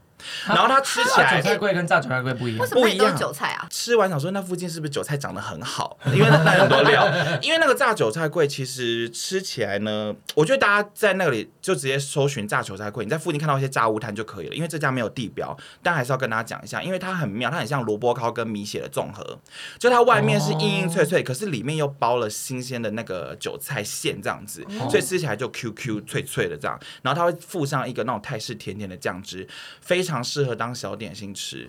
S3: 然后它吃起
S2: 炸啊韭
S3: 来
S2: 菜贵跟炸韭菜贵不一样
S1: 为。什么
S3: 不
S1: 你
S3: 一
S1: 都
S3: 样
S1: 是韭菜啊？
S3: 吃完想说那附近是不是韭菜长得很好？ 因为那那很多料， 因为那个炸韭菜柜其实吃起来呢，我觉得大家在那里就直接搜寻炸韭菜柜，你在附近看到一些炸物摊就可以了，因为这家没有地标，但还是要跟大家讲一下，因为它很妙，它很像萝卜糕跟米血的综合，就它外面是硬硬脆脆，可是里面又包了新鲜的那个韭菜馅这样子，所以吃起来就 Q Q 脆脆的这样，然后它会附上一个那种泰式甜甜的酱汁，非常适合当小点心吃，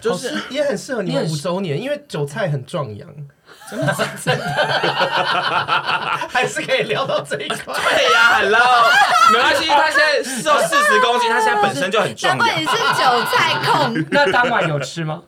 S3: 就是
S4: 好适也很适合你
S2: 你
S4: 们
S2: 很
S4: 五周年，因为韭菜很 壮阳， 还是可以聊到这一块。
S3: 对呀，Hello，没 关系，他现在瘦四十公斤，他现在本身就很
S1: 难
S3: 壮
S1: 怪
S3: 阳
S1: 你，是韭菜控，
S2: 那当晚有吃吗？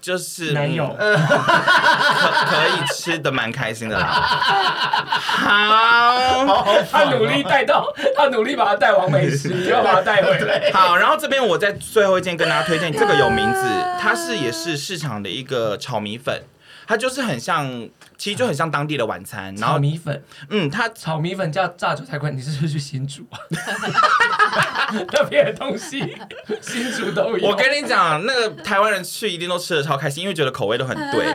S3: 就是
S2: 男友
S3: 嗯可可以吃的蛮开心的啦。好。
S2: 他努力带到，他努力把它带往美食，又把它带回来。
S3: 好，然后这边我在最后一件跟大家推荐，这个有名字，它是也是市场的一个炒米粉，它就是很像，其实就很像当地的晚餐。然
S2: 炒
S3: 后，
S2: 米粉，
S3: 嗯，它
S2: 炒米粉叫炸韭菜贵，你是不是去新竹 啊？那边的东西，新竹都有。
S3: 我跟你讲，那个台湾人去一定都吃的超开心，因为觉得口味都很对。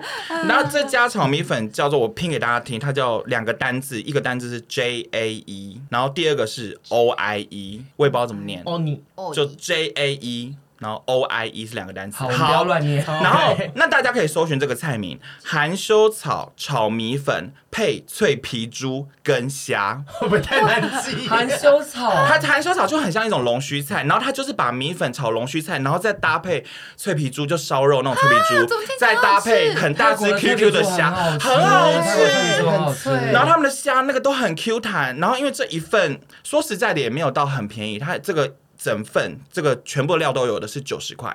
S3: 然后这家炒米粉叫做我拼给大家听，它叫两个单字，一个单字是 J A E，然后第二个是 O I E，我也不知道怎么念，
S4: 哦，你
S1: 哦
S3: 就 J A E，然后 O I E 是两个单词。
S2: 好，你不要乱念。
S3: 然后，那大家可以搜寻这个菜名：含羞草炒米粉配脆皮猪跟虾。
S4: 会不会太难记？
S2: 含 羞草，
S3: 它含羞草就很像一种龙须菜，然后它就是把米粉炒龙须菜，然后再搭配脆皮猪，就烧肉那种脆皮猪，
S1: 啊怎么听起
S3: 再
S1: 来好
S3: 搭配
S1: 吃
S3: 很大
S2: 泰
S3: 只
S2: 国的脆皮
S3: QQ 的
S2: 猪
S3: 虾，
S2: 很好
S3: 很好
S2: 吃泰国
S3: 吃
S2: 的脆皮猪。很好
S4: 很
S2: 吃。
S4: 脆
S3: 然后他们的虾那个都很 Q 弹，然后因为这一份说实在的也没有到很便宜，它这个整份这个全部料都有的是九十块，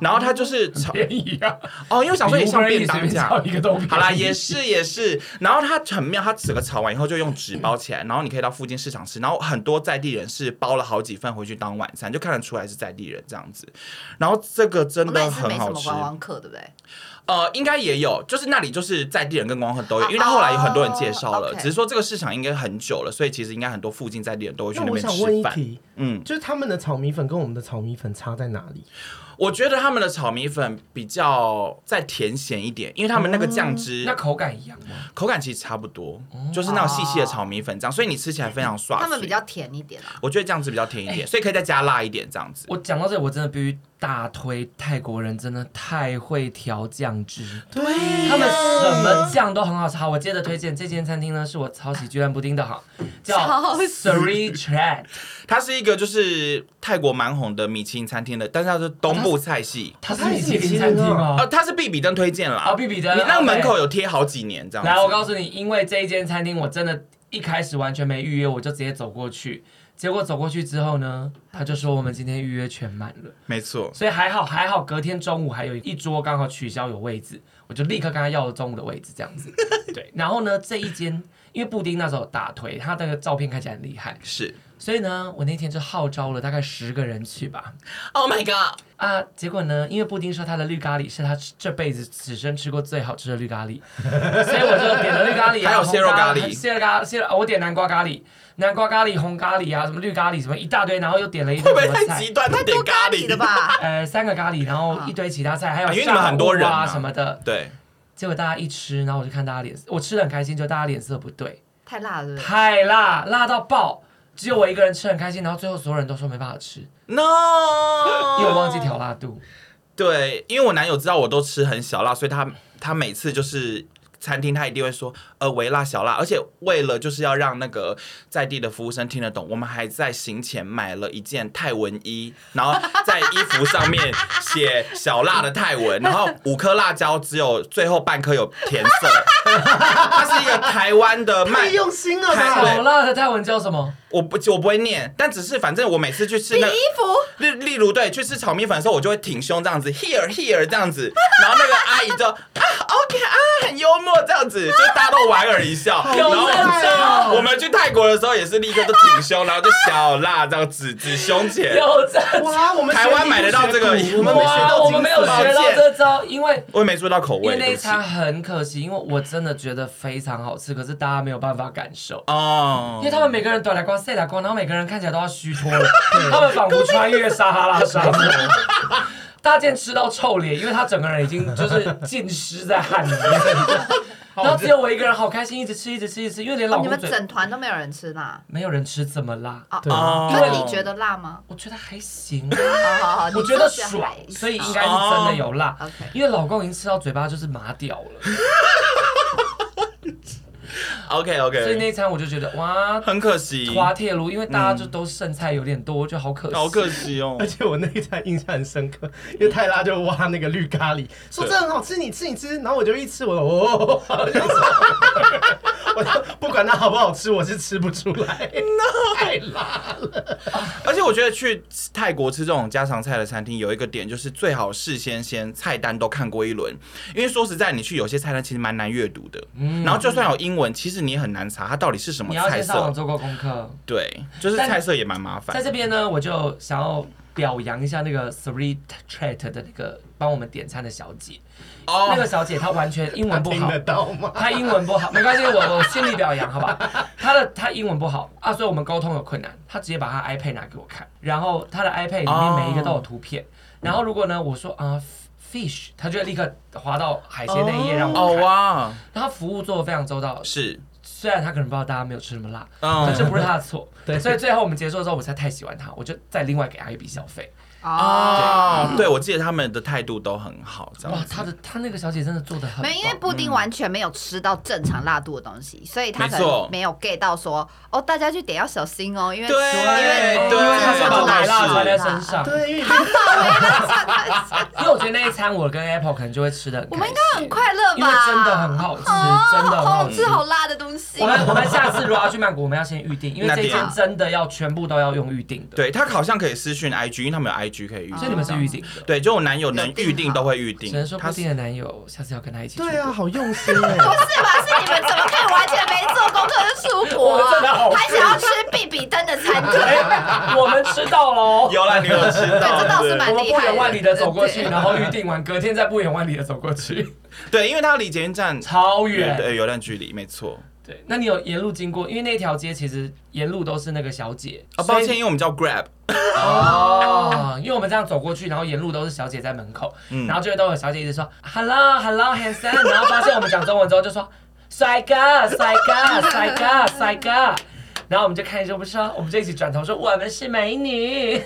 S3: 然后它就是炒
S2: 啊便宜啊，
S3: 哦，因为我想说也像便
S2: 随
S3: 当
S2: 便
S3: 这样，
S2: 炒一个 都便宜
S3: 好啦，也是也是。然后它很妙，它整个炒完以后就用纸包起来，然后你可以到附近市场吃。然后很多在地人是包了好几份回去当晚餐，就看得出来是在地人这样子。然后这个真
S1: 那
S3: 的
S1: 也是没
S3: 很
S1: 什
S3: 好
S1: 么
S3: 吃
S1: 观，光客，对不对？
S3: 呃，应该也有，就是那里就是在地人跟观光客都有，
S1: 哦
S3: 因为它后来有很多人介绍
S1: 哦
S3: 了。
S1: ，OK
S3: 只是说这个市场应该很久了，所以其实应该很多附近在地人都会去
S4: 那我
S3: 边
S4: 想问
S3: 吃
S4: 一
S3: 饭。
S4: 题，
S3: 嗯，
S4: 就是他们的炒米粉跟我们的炒米粉差在哪里？
S3: 我觉得他们的炒米粉比较再甜咸一点，因为他们那个酱汁
S1: 哦
S2: 那口感一样吗？
S3: 口感其实差不多，就是那种细细的炒米粉这样，所以你吃起来非常爽。
S1: 他们比较，甜一点啊。
S3: 我觉得这样子比较甜一点，所以可以再加辣一点这样子。
S2: 我讲到这，我真的必须大推泰国人，真的太会调酱汁，
S4: 对，
S2: 他们什么酱都很好吃。好，我接着推荐这间餐厅呢，是我抄袭居然布丁的好，叫
S1: 抄袭
S2: Sri Chat，
S3: 它是一个就是泰国蛮红的米其林餐厅的，但是它是东部菜系，
S2: 它是米其林餐厅
S3: 呃，
S2: 哦。
S3: 它是必比登推荐啦
S2: 好，。比比的，
S3: 你那个门
S2: OK
S3: 口有贴好几年这样子。
S2: 来，我告诉你，因为这一间餐厅我真的一开始完全没预约，我就直接走过去。结果走过去之后呢，他就说我们今天预约全满了，
S3: 没错，
S2: 所以还好还好，隔天中午还有一桌刚好取消有位置，我就立刻跟他要了中午的位置这样子。对，然后呢这一间，因为布丁那时候有大腿，他那个照片看起来很厉害，
S3: 是。
S2: 所以呢我那天就号召了大概十个人去吧。
S3: Oh my god！
S2: 啊，结果呢？因为布丁说他的绿咖喱是他吃这辈子此生吃过最好吃的绿 咖喱，所以我就点了绿咖喱、啊，
S3: 还有
S2: 红
S3: 蟹肉咖喱
S2: 蟹肉咖、蟹肉，哦我点南瓜咖喱、南瓜咖喱、红咖喱啊，什么绿咖喱，什么一大堆，然后又点了一
S3: 会
S2: 堆
S3: 不会
S2: 什么
S3: 太
S2: 哎菜
S3: 极，端？他
S1: 太
S3: 点
S1: 多 咖喱
S3: 喱
S1: 了？吧？
S2: 呃，三个咖喱，然后一堆其他菜，还有
S3: 啊因为你们很多人
S2: 啊
S3: 啊
S2: 什么的。
S3: 对，
S2: 结果大家一吃，然后我就看大家脸色，我吃的很开心，就大家脸色不对，
S1: 太辣了，对不对？
S2: 太辣，辣到爆。只有我一个人吃很开心，然后最后所有人都说没办法吃，
S3: ，no，
S2: 因为我忘记调辣度。
S3: 对，因为我男友知道我都吃很小辣，所以他他每次就是餐厅他一定会说呃微辣小辣，而且为了就是要让那个在地的服务生听得懂，我们还在行前买了一件泰文衣，然后在衣服上面写小辣的 泰文，然后五颗辣椒只有最后半颗有甜色，它是一个台湾的
S4: 太
S3: 麦，
S4: 用心了吧
S3: 对？
S2: 好辣的泰文叫什么？
S3: 我不我不会念，但只是反正我每次去吃那
S1: 衣服
S3: 例例如对去吃炒米粉的时候，我就会挺胸这样子，here here 这样子，然后那个阿姨就啊 OK 啊很幽默这样子，就大家都莞尔一笑。
S4: 好
S3: 然后
S2: 厉害哦
S3: 我们去泰国的时候也是立刻都挺胸，然后就小辣这样指指胸前。
S2: 有这
S4: 哇，我们
S3: 台湾买得到这个我
S4: 学古
S3: 们没学
S2: 哇，
S3: 到
S2: 我
S4: 精
S2: 们没有
S4: 髓
S2: 学到这招，因为
S3: 我也没做到口
S2: 因为
S3: 味，
S2: 那
S3: 对
S2: 一
S3: 不起。
S2: 餐很可惜，因为我真的觉得非常好吃，可是大家没有办法感受。
S3: 哦，
S2: 因为他们每个人短来光、晒来光，然后每个人看起来都要虚脱了，他们仿佛穿越撒哈拉沙漠。大健吃到臭脸，因为他整个人已经就是浸湿在汗里面，然后只有我一个人好开心，一直吃，一直吃，一直吃，因为连老
S1: 哦你
S2: 公
S1: 们
S2: 嘴
S1: 整团都没有人吃辣，
S2: 没有人吃这么辣，
S1: 啊
S4: 对
S3: 哦
S1: 那你觉得辣吗？
S2: 我觉得还行，啊
S1: 好好好，
S2: 我
S1: 你
S2: 觉
S1: 就
S2: 得哦
S1: 还
S2: 爽，所以应该
S1: 好
S2: 是真的有辣。
S1: OK。
S2: 因为老公已经吃到嘴巴就是麻掉了，
S3: OK
S2: 所以
S3: OK，
S2: 那一餐我就觉得哇，
S3: 很可惜，
S2: 滑铁卢，因为大家就都剩菜有点多，我觉得好可惜。
S3: 嗯好可惜哦
S4: 而。且我那一餐印象很深刻，因为泰拉就挖那个绿咖喱，说
S3: 对
S4: 这很好吃，你吃你吃，然后我就一吃，我哦， 我就走我就 不管它好不好吃，我是吃不出来，太辣了。
S3: 而且我觉得去泰国吃这种家常菜的餐厅，有一个点就是最好事先先菜单都看过一轮，因为说实在，你去有些菜单其实蛮难阅读的，然后就算有英文，其实你也很难查它到底是什么
S2: 你要
S3: 菜
S2: 先上网
S3: 色。
S2: 做过功课。
S3: 对，就是菜色也蛮麻
S2: 在
S3: 烦。
S2: 这边呢，我就想要表扬一下那个 Three Trait 的那个帮我们点餐的小姐。
S3: 哦
S2: 那个小姐她完全英文不
S4: 听
S2: 好
S4: 得，到吗？
S2: 她英文不好， 没关系，我我心里表扬，好吧？她的她英文不好啊，所以我们沟通有困难。她直接把她 iPad 拿给我看，然后她的 iPad 里面
S3: 哦
S2: 每一个都有图片。然后如果呢，我说啊 fish，她就会立刻滑到海鲜那一页让
S3: 哦
S2: 我看。
S3: 哇，
S2: 然后她服务做的非常周到，
S3: 是，
S2: 虽然她可能不知道大家没有吃什么辣，可
S3: 嗯，
S2: 这不是他的 错。
S4: 对
S2: 所以最后我们结束的时候，我实在太喜欢他，我就再另外给他一笔小费。
S1: 哦，
S3: 啊，对，我记得他们的态度都很好，这
S2: 嗯哇
S3: 样，子。
S2: 他的他那个小姐真的做的很
S1: 没有，因为
S2: 棒。
S1: 布丁完全没有吃到正常辣度的东西，所以他可
S3: 没错
S1: 能没有 get 到说哦，大家去点要小心哦，因为
S3: 对
S1: 因为
S3: 哎对
S1: 因为
S2: 他
S1: 他
S2: 是把
S1: 说
S2: 奶
S1: 辣
S2: 辣
S3: 是
S2: 穿在身上。
S4: 对，因为
S2: 因为我觉得那一餐我跟 Apple 可能就会吃的很开心。
S1: 我们应该很 快乐
S2: 因为
S1: 吧？
S2: 真的很好吃，
S1: 哦
S2: 真的很
S1: 好
S2: 好
S1: 吃好辣的东西
S2: 我。们我们下次如果要去曼谷，我们要先预定，因为
S3: 那
S2: 这一
S3: 点
S2: 餐真的要全部都要用预定的。，
S3: 对他好像可以私讯 IG，因为他们有 IG 可以预定。
S2: 所以你们是预定的。
S3: 对，就我男友能
S1: 有定
S3: 预定
S1: 好
S3: 都会预定
S2: 只能说，布
S3: 他
S2: 丁的男友下次要跟他一起。
S4: 对啊，，好用心哎、
S1: 不是吧？是你们怎么可以完全没做功课就出国
S2: 我真的
S1: 啊
S2: 好？
S1: 还想要吃必比登的餐厅？
S2: 哎， 我们吃到喽。
S3: 有啦，你有吃
S1: 对，
S3: 到，
S1: 这倒是蛮
S2: 我们
S1: 厉
S2: 不
S1: 害的。
S2: 远万里的走过去，
S1: 对
S2: 然后预定完，隔天再不远万里的走过去，
S3: 对，因为他离捷运站
S2: 超
S3: 远，
S2: 远。
S3: 对，有段距离，没错。
S2: 对，那你有沿路经过？因为那条街其实沿路都是那个小姐
S3: 啊，抱歉，因为我们叫 Grab，
S2: 哦，因为我们这样走过去，然后沿路都是小姐在门口，
S3: 嗯
S2: 然后就会都有小姐一直说 “hello hello handsome”，然后发现我们讲中文之后就说“帅哥帅 哥帅哥帅哥”，然后我们就看一下，我们说，我们就一起转头说我们是美女，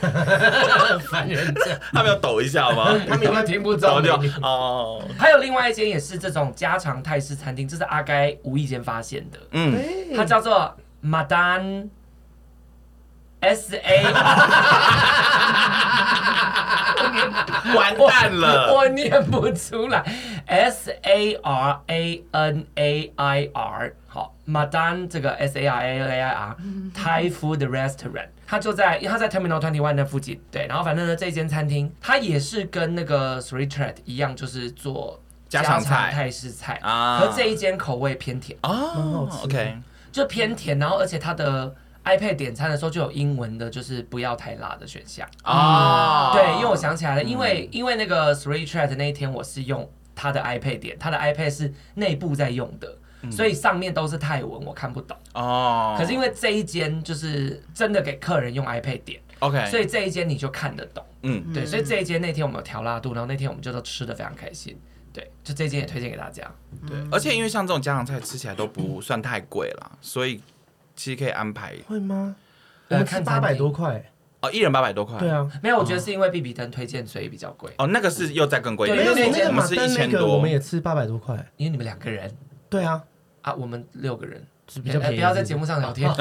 S4: 烦人家，
S3: 他们要抖一下吗？
S2: 他们有没有听不
S3: 抖
S2: 懂
S3: 掉哦，
S2: 还有另外一间也是这种家常泰式餐厅，这是阿该无意间发现的，
S3: 嗯，
S4: 对
S2: 它叫做马丹 S A，
S3: 完蛋了，
S2: 我念不出来，S A R A N A I R，好，马丹这个 S A R A N A I R Thai Food Restaurant。它就在，因为它在 Terminal Twenty One 那附近，对。然后反正呢，这间餐厅它也是跟那个 Three Treat 一样，就是做
S3: 家常菜
S2: 泰式菜
S3: 啊
S2: 可这一间口味偏甜。
S3: 哦
S4: 蛮好吃的
S3: ，OK，
S2: 就偏甜，然后而且它的 iPad 点餐的时候就有英文的，就是不要太辣的选项。
S3: 哦，
S4: 啊
S2: 对，因为我想起来
S4: 嗯
S2: 了，因为、因为那个 Three Chat 那一天我是用它的 iPad 点，它的 iPad 是内部在用的。
S4: 嗯
S2: 所以上面都是泰文，我看不懂。
S3: 哦，
S2: 可是因为这一间就是真的给客人用 iPad 点，
S4: 哎
S3: OK，
S2: 所以这一间你就看得懂。
S3: 嗯，
S2: 对，所以这一间那天我们有调辣度，然后那天我们就都吃的非常开心。对，就这一间也推荐给大家。
S3: 对，而且因为像这种家常菜吃起来都不算太贵啦，所以其实可以安排
S4: 会吗？我
S2: 呃
S4: 们吃
S2: 看
S4: 八
S2: 餐
S4: 百
S2: 厅
S4: 多块，
S3: 哦，一人八百多块，
S4: 对，啊。
S2: 没有，我觉得是因为比比登推荐，所以比较贵，
S3: 哦，那个是又再更贵一
S2: 对
S3: 点，
S4: 没有
S2: 因为
S4: 那个
S3: 我
S4: 马
S3: 们是
S4: 丹
S3: 一
S4: 那
S3: 千
S4: 个，我
S3: 多
S4: 们，也吃八百多块。
S2: 因为你们两个人。
S4: 对啊，
S2: 啊，我们六个人
S4: 是比较
S2: 哎
S4: 便宜。
S2: 不要在节目上聊天。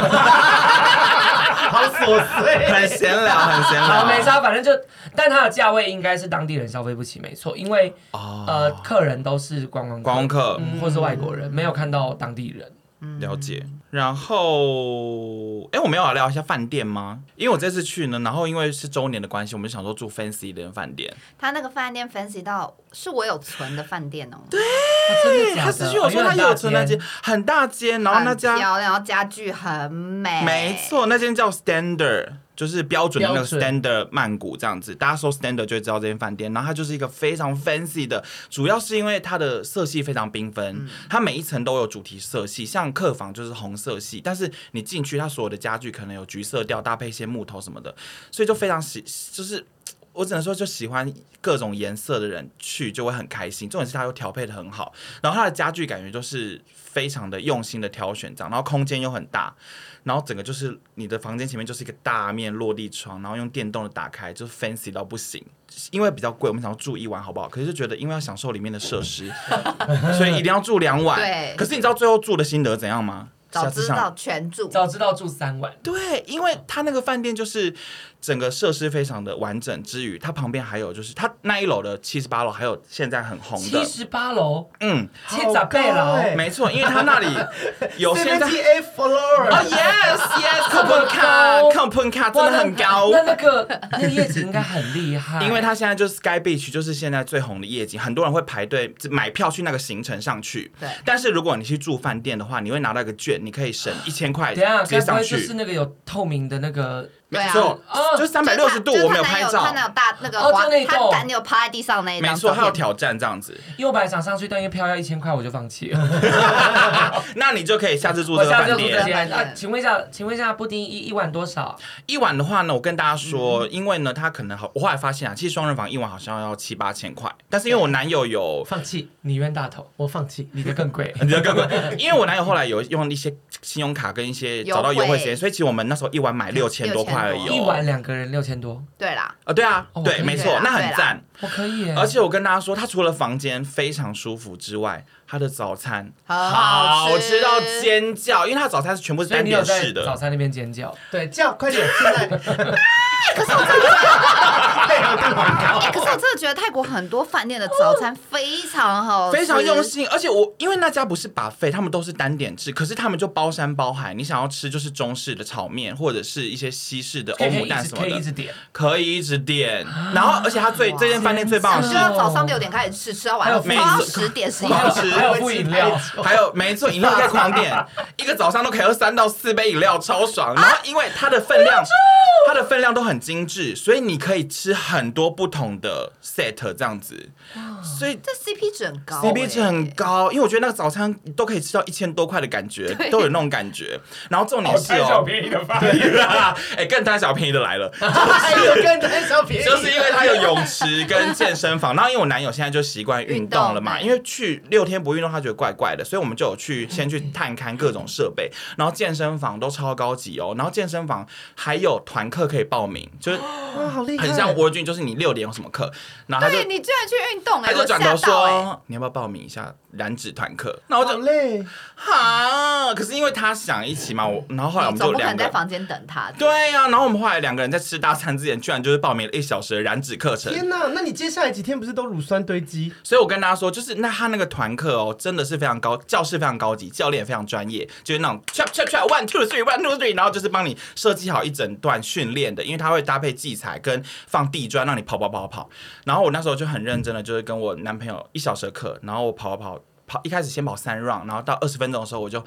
S4: 好琐 碎。
S3: 很闲聊，很闲聊，
S2: 好，没差，反正就，但它的价位应该是当地人消费不起，没错，因为
S3: 哦，
S2: 呃，客人都是观光
S3: 观光客啊
S2: 嗯或是外国人，没有看到当地人。
S3: 了解。然后，哎，我们要聊一下饭店吗？因为我这次去呢，然后因为是周年的关系，我们就想说住 fancy 一点的饭店。
S1: 他那个饭店 fancy 到是我有存的饭店哦，对，
S2: 啊真的假的？哦
S3: 他私讯我说他
S2: 因为很大
S3: 有存那间
S2: 间
S3: 很大间，然后那家
S1: 漂亮，然后家具很美，
S3: 没错，那间叫 Standard，就是标准的那个
S2: 标准
S3: Standard 曼谷这样子，大家搜 Standard 就会知道这间饭店。然后它就是一个非常 fancy 的，主要是因为它的色系非常缤纷，
S2: 嗯
S3: 它每一层都有主题色系，像客房就是红色系，但是你进去它所有的家具可能有橘色调，搭配一些木头什么的，所以就非常喜，就是我只能说，就喜欢各种颜色的人去就会很开心。重点是它又调配的很好，然后它的家具感觉就是非常的用心的挑选这样，然后空间又很大，然后整个就是你的房间前面就是一个大面落地窗，然后用电动的打开，就是 fancy 到不行。因为比较贵，我们想要住一晚好不好？可是就觉得因为要享受里面的设施，所以一定要住两晚。
S1: 对
S3: 可是你知道最后住的心得怎样吗？
S1: 早
S3: 下次
S1: 知
S3: 想
S1: 道全住，
S2: 早知道住三晚，
S3: 对，因为它那个饭店就是整个设施非常的完整之余，它旁边还有就是它那一楼的七十八楼，还有现在很红
S2: 七
S3: 的，
S2: 十八楼，
S3: 嗯，
S2: 七十八
S4: 好高
S2: 楼
S4: 欸，
S3: 没错，因为它那里有现在
S4: Seventy eight floor，
S3: yes yes，看
S2: 么
S3: 喷卡
S2: 高
S3: 看喷卡真
S2: 哇
S3: 的很高。
S2: 那那那个那个业绩应该很厉害，
S3: 因为它现在就是 Sky Beach，就是现在最红的夜景，很多人会排队买票去那个行程上去。
S1: 对
S3: 但是如果你去住饭店的话，你会拿到一个券，你可以省一千块
S2: 等一下
S3: 直接
S2: 该不
S3: 上
S2: 会就
S3: 去。
S2: 是那个有透明的那个
S1: 对啊
S3: 没错，
S2: 哦
S3: 就三百六十度，我没有
S1: 有
S3: 拍照。
S1: 他那有大那个
S2: 哦
S1: 滑
S2: 就那一，
S1: 他
S2: 栋
S1: 男友趴在地上那一
S3: 没
S1: 张
S3: 错，
S1: 照片，
S3: 还有挑战这样子，
S2: 因为我本来想上去，但因为票要一千块，我就放弃 了。
S3: 那你就可以下次住
S2: 我
S3: 这个
S2: 下次
S3: 饭
S2: 就住这
S3: 店。
S2: 间。啊，请问一下，请问一下，布丁一一晚多少？
S3: 一晚的话呢，我跟大家说，因为呢，他可能好，我后来发现啊，其实双人房一晚好像要七八千块，但是因为我男友有，。
S2: 放弃，你冤大头，
S4: 我放弃。
S2: 你的更贵
S3: 你知道干嘛？因为我男友后来有用一些信用卡跟一些找到优惠时
S1: 优惠
S3: 间，所以其实我们那时候一晚买六千多块而已 哦。
S2: 一晚两个人六千多，
S1: 对啦，
S3: 啊，对啊
S2: 哦，
S3: 对，
S2: 对
S3: 没错
S1: 啦，
S3: 那
S1: 对
S3: 很
S1: 啦
S3: 赞。
S2: 我可以耶。
S3: 而且我跟大家说，他除了房间非常舒服之外，他的早餐
S1: 很好
S3: 好
S1: 吃
S3: 吃到尖叫，因为他早餐是全部是
S2: 所以
S3: 单
S2: 你有
S3: 点
S2: 在
S3: 式的，
S2: 早餐那边尖叫，
S4: 对，叫快点，现在。 哎可是我真的配合度很高
S1: 哎，可是我真的觉得泰国很多饭店的早餐非常好吃，
S3: 哦非常用心，而且我因为那家不是把费，他们都是单点制，可是他们就包山包海，你想要吃就是中式的炒面，或者是一些西式的
S2: 可
S3: 欧
S2: 以
S3: 姆
S2: 一
S3: 蛋
S2: 直
S3: 什么
S2: 可以一
S3: 的，
S2: 直点，
S3: 可以一直点。然后，而且它最
S1: 哇
S3: 这间饭店最棒的
S1: 就是
S2: 真的
S1: 要早上六点开始吃，吃到晚上
S2: 还有
S1: 到
S3: 美食
S1: 十点十一
S3: 好
S1: 点
S3: 好。吃
S2: 还有不饮料，
S3: 还有没错，饮料在狂点， 一个早上都可以喝三到四杯饮料，超爽。
S1: 啊
S3: 然后因为它的分量，它的分量都很精致，所以你可以吃很多不同的 set 这样子，所以
S1: 这 CP 值很高、欸、
S3: CP 值很高，因为我觉得那个早餐都可以吃到一千多块的感 觉，都有那种感觉。然后重点是哦，
S2: 便宜的饭
S3: 对啦， 哎，更贪小便宜的 来了，
S4: 还有跟贪哎小便宜，
S3: 就是因为它有泳池跟健身房。然后因为我男友现在就习惯运动了嘛，
S1: 运动对
S3: 因为去六天不运动他觉得怪怪的，所以我们就有去先去探勘各种设备，
S1: 嗯
S3: 然后健身房都超高级哦，然后健身房还有团课可以报名，就是
S4: 哇，好厉害，
S3: 很像蜗居，就是你六点有什么课，然后他就
S1: 哦对你居然去运动哎、
S3: 他
S1: 欸，
S3: 就
S1: 我吓
S3: 转头
S1: 到哎、
S3: 说：“你要不要报名一下燃脂团课？”那我
S4: 好
S3: 就
S4: 累，
S3: 哈，可是因为他想一起嘛，我然后后来我
S1: 你
S3: 们
S1: 总
S3: 就
S1: 不可
S3: 两
S1: 能在
S3: 个。
S1: 房间等他。
S3: 对呀、然后我们后来两个人在吃大餐之前，居然就是报名了一小时的燃脂课程。
S4: 天哪！那你接下来几天不是都乳酸堆积？
S3: 所以我跟大家说，就是那他那个团课哦，真的是非常高，教室非常高级，教练也非常专业，就是那种 chop chop chop one two three one two three，然后就是帮你设计好一整段训练的，因为他会搭配器材跟放地砖让你跑跑跑跑。然后我那时候就很认真的，就是跟我男朋友一小时的课，然后我跑跑跑。跑一开始先跑三 round，然后到二十分钟的时候我就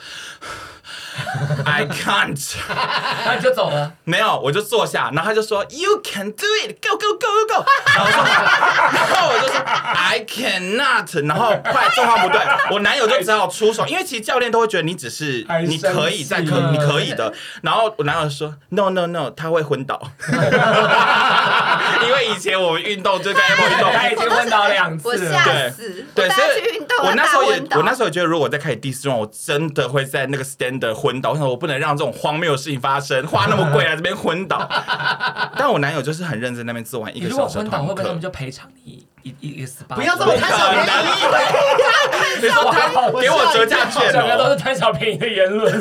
S3: I can't，
S2: 然后你就走了。
S3: 没有，我就坐下，然后他就说 You can do it, go go go go go，然后我说，然后我就说 I cannot，然后后来状况不对，我男友就只好出手，因为其实教练都会觉得你只是
S2: 还生
S3: 你
S2: 气
S3: 可以再可
S2: 了
S3: 你可以的，然后我男友说 No no no，他会昏倒， 因为以 前我们运动就跟 Apple 运动，
S2: 他已经昏倒两次
S1: 我
S2: 了。
S1: 吓死！
S3: 对，
S1: 我
S3: 所
S1: 带他
S3: 以
S1: 去运动，
S3: 我那时候也
S1: 他，大
S3: 我那
S1: 昏
S3: 时候也觉得，如果我再开始第四 round，我真的会在那个 stand 昏倒。我想说我不能让这种荒谬的事情发生，花那么贵来这边昏倒。 但我男友就是很认真在那边做完一
S2: 你
S3: 个
S2: 如果
S3: 小时的
S2: 昏倒，
S3: 团
S2: 会不会他
S3: 课
S2: 们。就赔偿你一一一个 SPA？
S4: 不要这
S3: 不
S4: 么
S3: 可
S4: 贪小便宜，
S3: 能！你说他
S4: 我
S3: 给我折价
S2: 好
S3: 券
S2: 像
S3: 哦
S2: 都是贪小便宜的言论。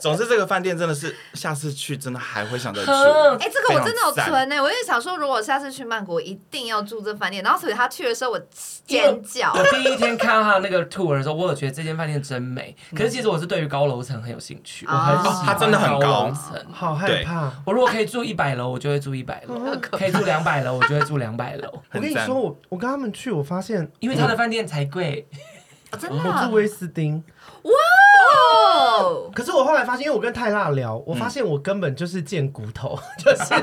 S3: 总之，这个饭店真的是下次去真的还会想再去。
S2: 哼
S1: 哎、这个我真的有
S3: 非常赞
S1: 存呢、我也想说，如果下次去曼谷，一定要住这饭店。然后所以他去的时候，我
S2: 因为
S1: 尖叫。
S2: 我第一天看到他那个 tour 的时候，我有觉得这间饭店真美。可是其实我是对于高楼层很有兴趣，
S1: 哦
S2: 我很喜欢
S3: 它真的很
S2: 高
S3: 高
S2: 楼层。
S4: 好害怕。
S2: 我如果可以住一百楼，我就会住一百楼；可以住两百楼，我就会住两百楼。
S4: 我
S3: 很
S4: 跟你
S3: 赞
S4: 说，我我跟他们去，我发现
S2: 因为他的饭店才贵，
S1: 哦真的
S4: 我
S1: 啊
S4: 住威斯汀，
S1: 哦，
S4: 可是我后来发现，因为我跟泰辣聊，我发现我根本就是贱骨头， 就是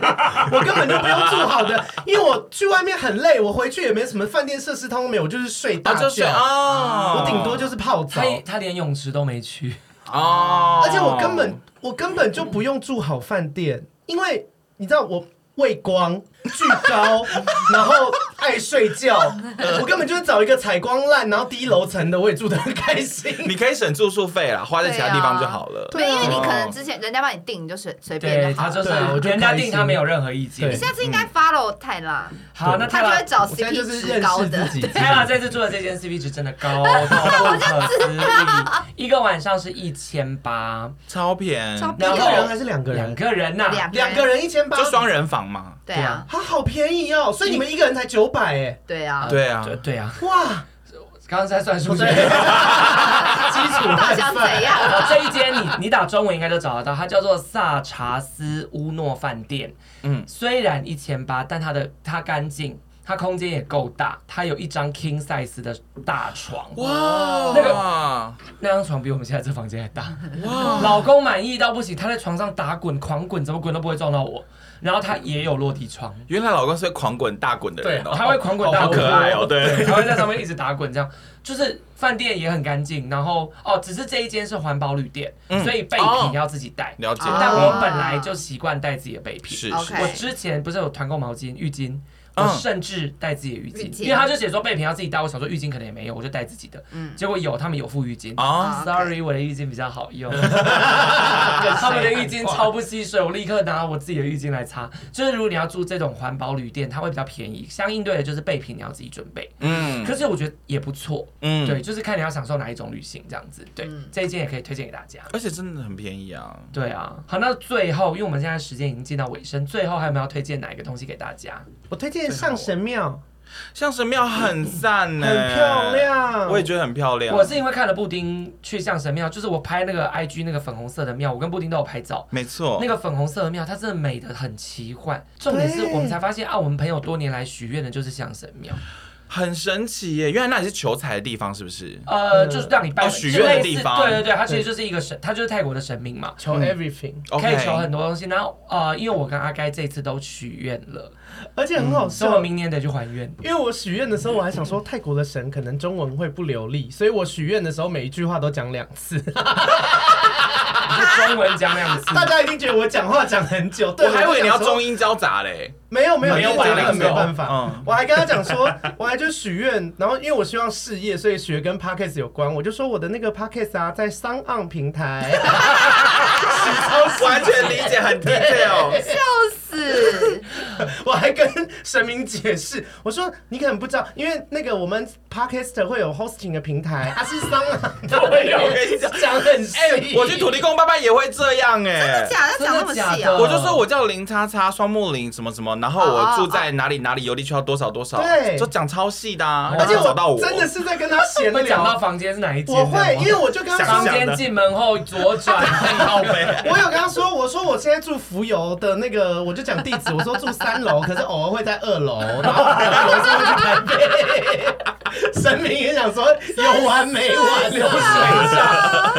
S4: 我根本就不用住好的，因为我去外面很累，我回去也没什么饭店设施通没有，我就是睡大
S3: 啊，
S4: 觉，
S3: 就是哦，
S4: 我顶多就是泡澡
S2: 他，他连泳池都没 去。
S3: 哦，
S4: 而且我根本我根本就不用住好饭店，因为你知道我。畏光、巨高，然后爱睡觉，我根本就是找一个采光烂，然后低楼层的，我也住得很开心。
S3: 你可以省住宿费啦，花在其他地方就好了。
S1: 对，因为你可能之前人家帮你订，你就随随便
S2: 对
S1: 就
S2: 他
S1: 好了。
S2: 就是
S4: 对啊我就
S2: 人家
S4: 开
S2: 定
S4: 心
S2: 他没有任何意
S4: 对
S2: 见
S1: 你。下次应该 follow 泰拉，
S2: 好，那
S1: 他
S2: 泰
S1: 就
S2: 拉
S1: 会找
S4: 我现在就是
S1: CP 值
S4: 认
S1: 高
S4: 识
S1: 的
S4: 自。己。
S2: 泰拉这次做的这间 CP 值真的高到不可思议，一个晚上是一千八，
S3: 超便宜，
S1: 超便
S4: 一
S1: 宜
S4: 个人还是两个
S2: 两
S4: 人？
S2: 个人呐、
S1: 两个
S4: 两个人一千八，
S3: 就双人房嘛。
S1: 对啊，
S4: 它好便宜哦，所以你们一个人才九百哎，
S1: 对啊，
S3: 对啊
S2: 就，对啊，
S4: 哇！
S2: 刚刚在算数学。
S4: 基础
S1: 到底想怎样？
S2: 这一间你你打中文应该都找得到，它叫做萨查斯乌诺饭店。嗯
S3: 嗯，
S2: 虽然一千八，但它的它干净，它空间也够大，它有一张 king size 的大床，
S3: 哇，
S2: 那
S3: 个
S2: 那张床比我们现在这房间还大。
S3: 哇，
S2: 老公满意到不行，他在床上打滚狂滚，怎么滚都不会撞到我。然后他也有落地窗，
S3: 原来老公是会狂滚大滚的
S2: 对
S3: 人哦，，
S2: 他会狂滚
S3: 哦
S2: 大
S3: 好
S2: 滚，
S3: 可爱哦，对，
S2: 他会在上面一直打滚，这样就是饭店也很干净。然后哦，只是这一间是环保旅店，
S3: 嗯
S2: 所以备品要自己带。
S3: 了解。嗯
S1: 哦
S2: 但我本来就习惯带自己的备品。
S3: 是
S1: OK
S2: 我之前不是有团购毛巾、浴巾，我
S3: 嗯
S2: 甚至带自己的浴巾，
S1: 浴巾
S2: 因为他就写说备品要自己带，我想说浴巾可能也没有，我就带自己的。
S1: 嗯
S2: 结果有，他们有附浴巾。
S3: 啊，
S1: 啊
S2: Sorry，我的浴巾比较好 用，他们的浴巾超不吸水，我立刻拿我自己的浴巾来擦。就是如果你要住这种环保旅店，它会比较便宜，相应对的就是备品你要自己准备。
S3: 嗯
S2: 可是我觉得也不错，
S3: 嗯，
S2: 对，，就是看你要享受哪一种旅行这样子。对
S1: 嗯，
S2: 这一件也可以推荐给大家。
S3: 而且真的很便宜啊。
S2: 对啊，好，那最后，因为我们现在时间已经进到尾声，最后还有没有要推荐哪一个东西给大家？
S4: 我推荐上神庙，
S3: 象神庙很赞
S4: 很
S3: 呢，
S4: 漂，亮。
S3: 嗯我也觉得很漂亮。
S2: 我是因为看了布丁去象神庙，就是我拍那个 IG 那个粉红色的庙，我跟布丁都有拍照。
S3: 没错
S2: 那，个粉红色的庙，它真的美得很奇幻。重点是
S4: 对
S2: 我们才发现啊，我们朋友多年来许愿的就是象神庙，
S3: 很神奇耶。原来那里是求财的地方，是不是？
S2: 呃，
S4: 嗯
S2: 就是让你拜
S3: 哦许愿的地方
S2: 对对对，它其实就是一个神，它就是泰国的神明嘛。
S4: 求
S3: 嗯
S4: everything，
S2: 可
S3: OK，
S2: 以求很多东西，然后呃，因为我跟阿该这次都许愿了，
S4: 而且很好
S3: 嗯
S2: 所以我
S4: 笑。
S2: 明年得去还 愿。
S4: 因为我许愿的时候，我还想说泰国的神可能中文会不流利，所以我许愿的时候每一句话都讲两 次。
S2: 你就中文讲两次，
S4: 大家一定觉得我讲话讲很久，对
S3: 啊我还以为你要中
S4: 医，
S3: 英交杂嘞。
S4: 没有没有
S2: 没有
S4: 因为真的
S2: 完
S4: 没有办法。
S3: 嗯，
S4: 我还跟他讲说，我还就许愿，然后因为我希望事业，所以许跟 podcast 有关，我就说我的那个 podcast 啊，在商岸平台。
S3: 完全理解很 detail。
S1: 笑死！
S4: 我还跟神明解释，我说你可能不知道，因为那个我们 podcast 会有 hosting 的平台，它是商啊，都会有
S3: 我跟你讲
S4: 讲很细。
S3: 我去土地公拜拜也会这样哎。
S1: 假的讲那么
S2: 真的
S1: 细
S2: 假的
S1: 哦，
S3: 我就说我叫林叉叉双木林什么什么，然后我住在哪里哪里，邮递区要多少多少，
S4: 啊对
S3: 就讲超细的啊，
S4: 而且
S3: 要找到
S4: 我
S3: 我
S4: 真的是在跟他闲
S2: 会讲到
S4: 聊，
S2: 房间是哪一间？
S4: 我会，因为我就跟他
S2: 房
S4: 说。
S2: 间进门后左转，
S3: 靠背，
S4: 我有跟他说，我说我现在住浮游的那个，我就讲地址，我说住三楼，可是偶尔会在二楼，然后有时候会去台北。 神明也想说有完没完，流水账。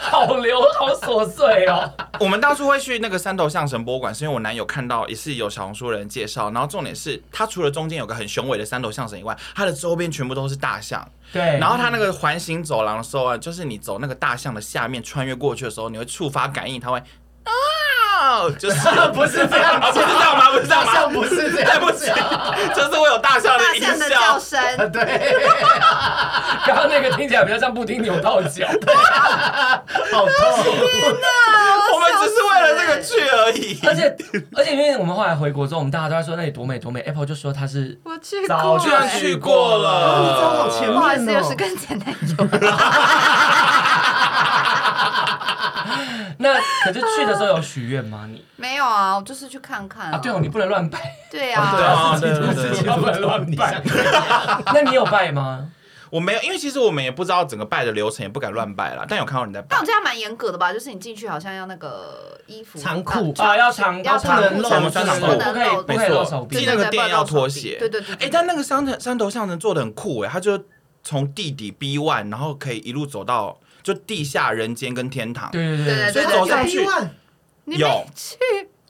S2: 好流，好琐碎哦。
S3: 我们当初会去那个三头象神博物馆，是因为我男友看到也是有小红书人介绍，然后重点是他除了中间有个很雄伟的三头象神以外，它的周边全部都是大象。
S2: 对，
S3: 然后它那个环形走廊的时候啊，就是你走那个大象的下面穿越过去的时候，你会触发感应，它会 啊，就是
S4: 不是这样
S3: 啊，不是这样吗？不是这样
S4: 好
S3: 吗？
S4: 像不是这
S3: 对
S4: 样，
S3: 不起，就是会有大象
S1: 大
S3: 的音
S1: 象的
S3: 效
S1: 叫。声，
S4: 对，
S2: 刚刚那个听起来比较像布丁扭到脚，
S4: 好
S2: 哦
S4: 痛。
S3: 我们只是为了这个去而已。
S2: 而且而且因为我们后来回国之后，我们大家都在说那里多美多美，Apple 就说它是
S1: 我去
S2: 早
S1: 过，
S2: 就
S3: 居然去过
S4: 哇你真的
S3: 了，
S4: 好前
S1: 不好意思，
S4: 面哦
S1: 又是跟前男友。
S2: 那可是去的时候有许愿吗？你
S1: 没有啊，我就是去看看
S2: 啊，对哦，你不哦能乱拜，
S1: 对
S3: 对
S1: 啊，
S3: 啊，对对
S4: 自
S3: 对
S4: 己
S3: 对，
S2: 不能乱拜。那你有拜吗？
S3: 我没有，因为其实我们也不知道整个拜的流程，也不敢乱拜啦。但有看到人在拜
S1: 但我，记得还蛮严格的吧，就是你进去好像要那个衣服
S4: 长裤
S2: 啊，要长
S1: 要
S2: 长
S4: 不能露
S2: 长裤
S3: 不能
S2: 长
S3: 露
S2: 裤不可以不可以
S3: 没错
S2: 露手
S3: 记
S2: 臂
S3: 得。那个
S1: 对对对
S3: 店要
S1: 不能露手
S3: 脱
S1: 臂
S3: 鞋
S1: 对对对。
S3: 哎，但那个山头山头象征做的很酷哎，他就从地底 B one，然后可以一路走到就地下人间跟天堂。
S2: 对对
S1: 对
S2: 对
S3: 所
S1: 对对
S3: 以走上
S4: 有
S3: 去
S4: B one，
S1: 你
S3: 有
S1: 没去？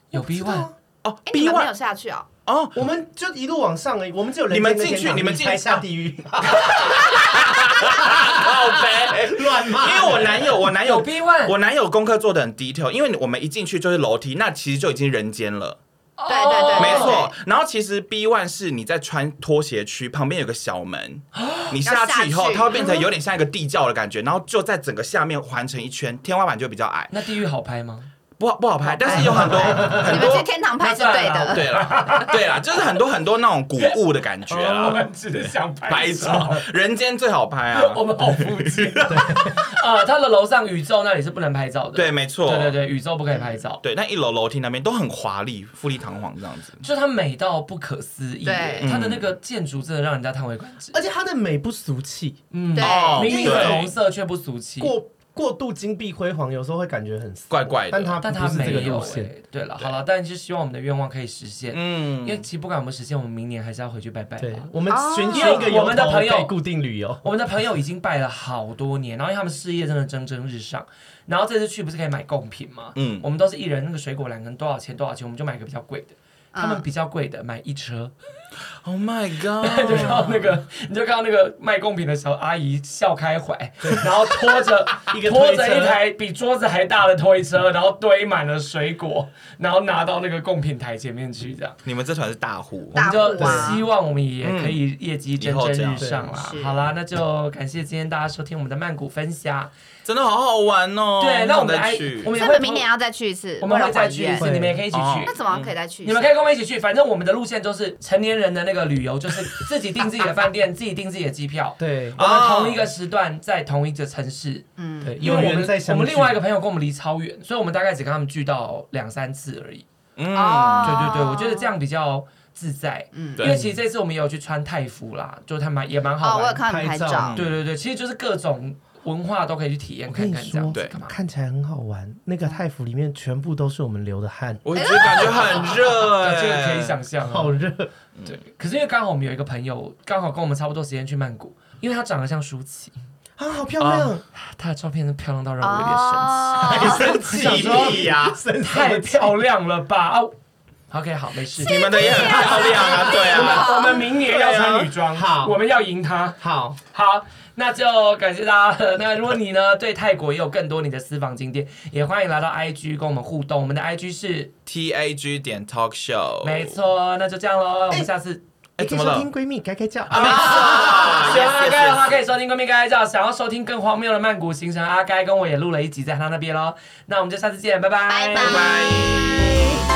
S2: 有 B one，
S3: 哦
S1: 哎，你
S3: ，B
S1: 们没
S3: one
S1: 有下去啊？
S3: 哦，
S4: 我们就一路往上而已，我们只有人
S3: 你们
S4: 间跟
S3: 进去
S4: 天堂
S3: 你们进
S4: 离开下地狱，
S2: 啊
S3: 好呗。
S4: 乱骂
S3: 因为我男友，我男
S2: 有
S3: 友
S2: B one，
S3: 我男友功课做的很 detail，因为我们一进去就是楼梯，那其实就已经人间了，
S1: 对对对
S3: 没错。然后其实 B one 是你在穿拖鞋区旁边有个小 门，你下去以
S1: 要
S3: 后
S1: 下去
S3: 它会变成有点像一个地窖的感 觉，然后就在整个下面环成一圈，天花板就比较矮，
S2: 那地狱好拍吗？
S3: 不好不好
S1: 哎
S3: 拍，但是有很 多很
S1: 你们去
S3: 多。
S1: 天堂拍是
S2: 那
S1: 对
S2: 算了
S1: 的。
S3: 对啦，对啦，就是很多很多那种古物的感觉
S1: 哦
S3: 啦，
S2: 只是想
S3: 拍 照，人间最好拍啊，
S2: 我们好肤浅。呃，他的楼上宇宙那里是不能拍照的。
S3: 对，没错，
S2: 对对对，宇宙不可以拍照。
S3: 对，那一楼楼梯那边都很华丽，富丽堂皇这样子。
S2: 就它美到不可思议耶，
S1: 对
S2: 它的那个建筑真的让人家叹为观止。
S4: 而且它的美不俗气，
S2: 嗯
S1: 对
S2: 明明粉红
S3: 哦对，
S2: 色却不俗气，
S4: 过过度金碧辉煌，有时候会感觉很俗
S3: 怪怪的
S4: 但它
S2: 但它
S4: 不是这
S2: 没
S4: 个
S2: 有欸
S4: 路线。
S2: 耶。对了，好了，但是希望我们的愿望可以实现，因 为
S3: 嗯，
S2: 其实不管我们实现，我们明年还是要回去拜拜
S4: 对
S2: 吧。，
S4: 我们
S1: 哦
S4: 寻
S1: 因
S4: 求
S1: 为
S4: 一个由
S2: 我们的
S4: 头
S2: 朋友
S4: 可以固定旅游，
S2: 我们的朋友已经拜了好多年，然后因为他们事业真的蒸蒸日上，然后这次去不是可以买贡品吗？
S3: 嗯
S2: 我们都是一人那个水果篮跟多少钱多少钱，我们就买个比较贵的。
S1: 嗯
S2: 他们比较贵的买一车，
S3: ，Oh my
S2: 你就看
S3: God，
S2: 到那个，你就看到那个卖贡品的小阿姨笑开怀，然后拖着
S4: 一个
S2: 拖
S4: 推
S2: 着一
S4: 车
S2: 台比桌子还大的推车，然后堆满了水果，然后拿到那个贡品台前面去，这样。
S3: 你们这团是大户
S2: 我，们
S1: 大
S2: 就
S1: 户啊
S2: 希望我们也可以业绩蒸蒸日上啦
S1: 嗯以后这样。对
S2: 好啦，那就感谢今天大家收听我们的曼谷分享。
S3: 真的好好玩哦。
S2: 对，那我们的
S3: 想再
S2: I，
S3: 去
S2: 我，们也
S1: 所以
S2: 会
S1: 你们明年要再去一次，
S2: 我们
S1: 为
S2: 会
S1: 了
S2: 再
S1: 还
S2: 去一
S1: 愿
S2: 次，你们也可以一起
S3: 哦
S2: 去
S1: 那。怎么可以再去一次？
S2: 你们可以跟我们一起去，反正我们的路线都是成年人的那个旅游，就是自己订自己的饭店， 自己订自己的机票。
S4: 对
S2: 我们同一个时段在同一个城市，
S1: 嗯，
S4: 对，
S2: 因为
S4: 有
S2: 我
S4: 缘
S2: 们
S4: 再相
S2: 我
S4: 聚。
S2: 们另外一个朋友跟我们离超远，所以我们大概只跟他们聚到两三次而已。
S3: 嗯
S1: 哦，
S2: 对对对，我觉得这样比较自在。
S1: 嗯
S2: 因为其实这次我们也有去穿泰服啦，就他蛮也蛮好
S1: 哦，我有
S2: 玩。
S1: 看你
S4: 拍
S1: 拍
S4: 照
S1: 照，
S2: 对对对，其实就是各种文化都可以去体验
S4: 我
S2: 看
S4: 跟你
S2: 看这样
S4: 说
S2: 子
S3: 对，
S2: 干嘛？
S4: 看起来很好玩。那个泰服里面全部都是我们流的汗，
S3: 我觉得感觉很热
S2: 对，
S3: 哎，
S2: 这个可以想象啊。
S4: 好热。
S2: 对，可是因为刚好我们有一个朋友，刚好跟我们差不多时间去曼谷，因为她长得像舒淇，
S4: 啊，好漂亮！
S2: 她的照片是漂亮到让我有点生气。
S3: 生
S1: 哦，
S4: 想
S3: 气
S4: 说
S3: 屁呀！
S2: 太漂亮了吧！啊，OK，好，没事。
S3: 你们的也很漂亮啊， 对
S2: 我们
S3: 啊，
S2: 我们明年要穿女装，
S4: 对啊好
S2: 我们要赢他。
S4: 好，
S2: 好，那就感谢大家。那如果你呢对泰国也有更多你的私房景点，也欢迎来到 IG 跟我们互动。我们的 IG 是
S3: T A G 点 Talk Show，
S2: 没，错，那就这样喽。我们下次
S3: 哦哎，
S4: 你可
S3: 怎
S4: 以
S3: 么
S4: 收
S3: 了
S4: 听？闺蜜该该叫。
S3: 啊
S2: 喜欢阿该的话，
S3: yes，yes，yes
S2: 可以收听《闺蜜该照》。想要收听更荒谬的曼谷行程，阿该跟我也录了一集在他那边喽。那我们就下次见，拜拜，
S3: 拜
S1: 拜拜。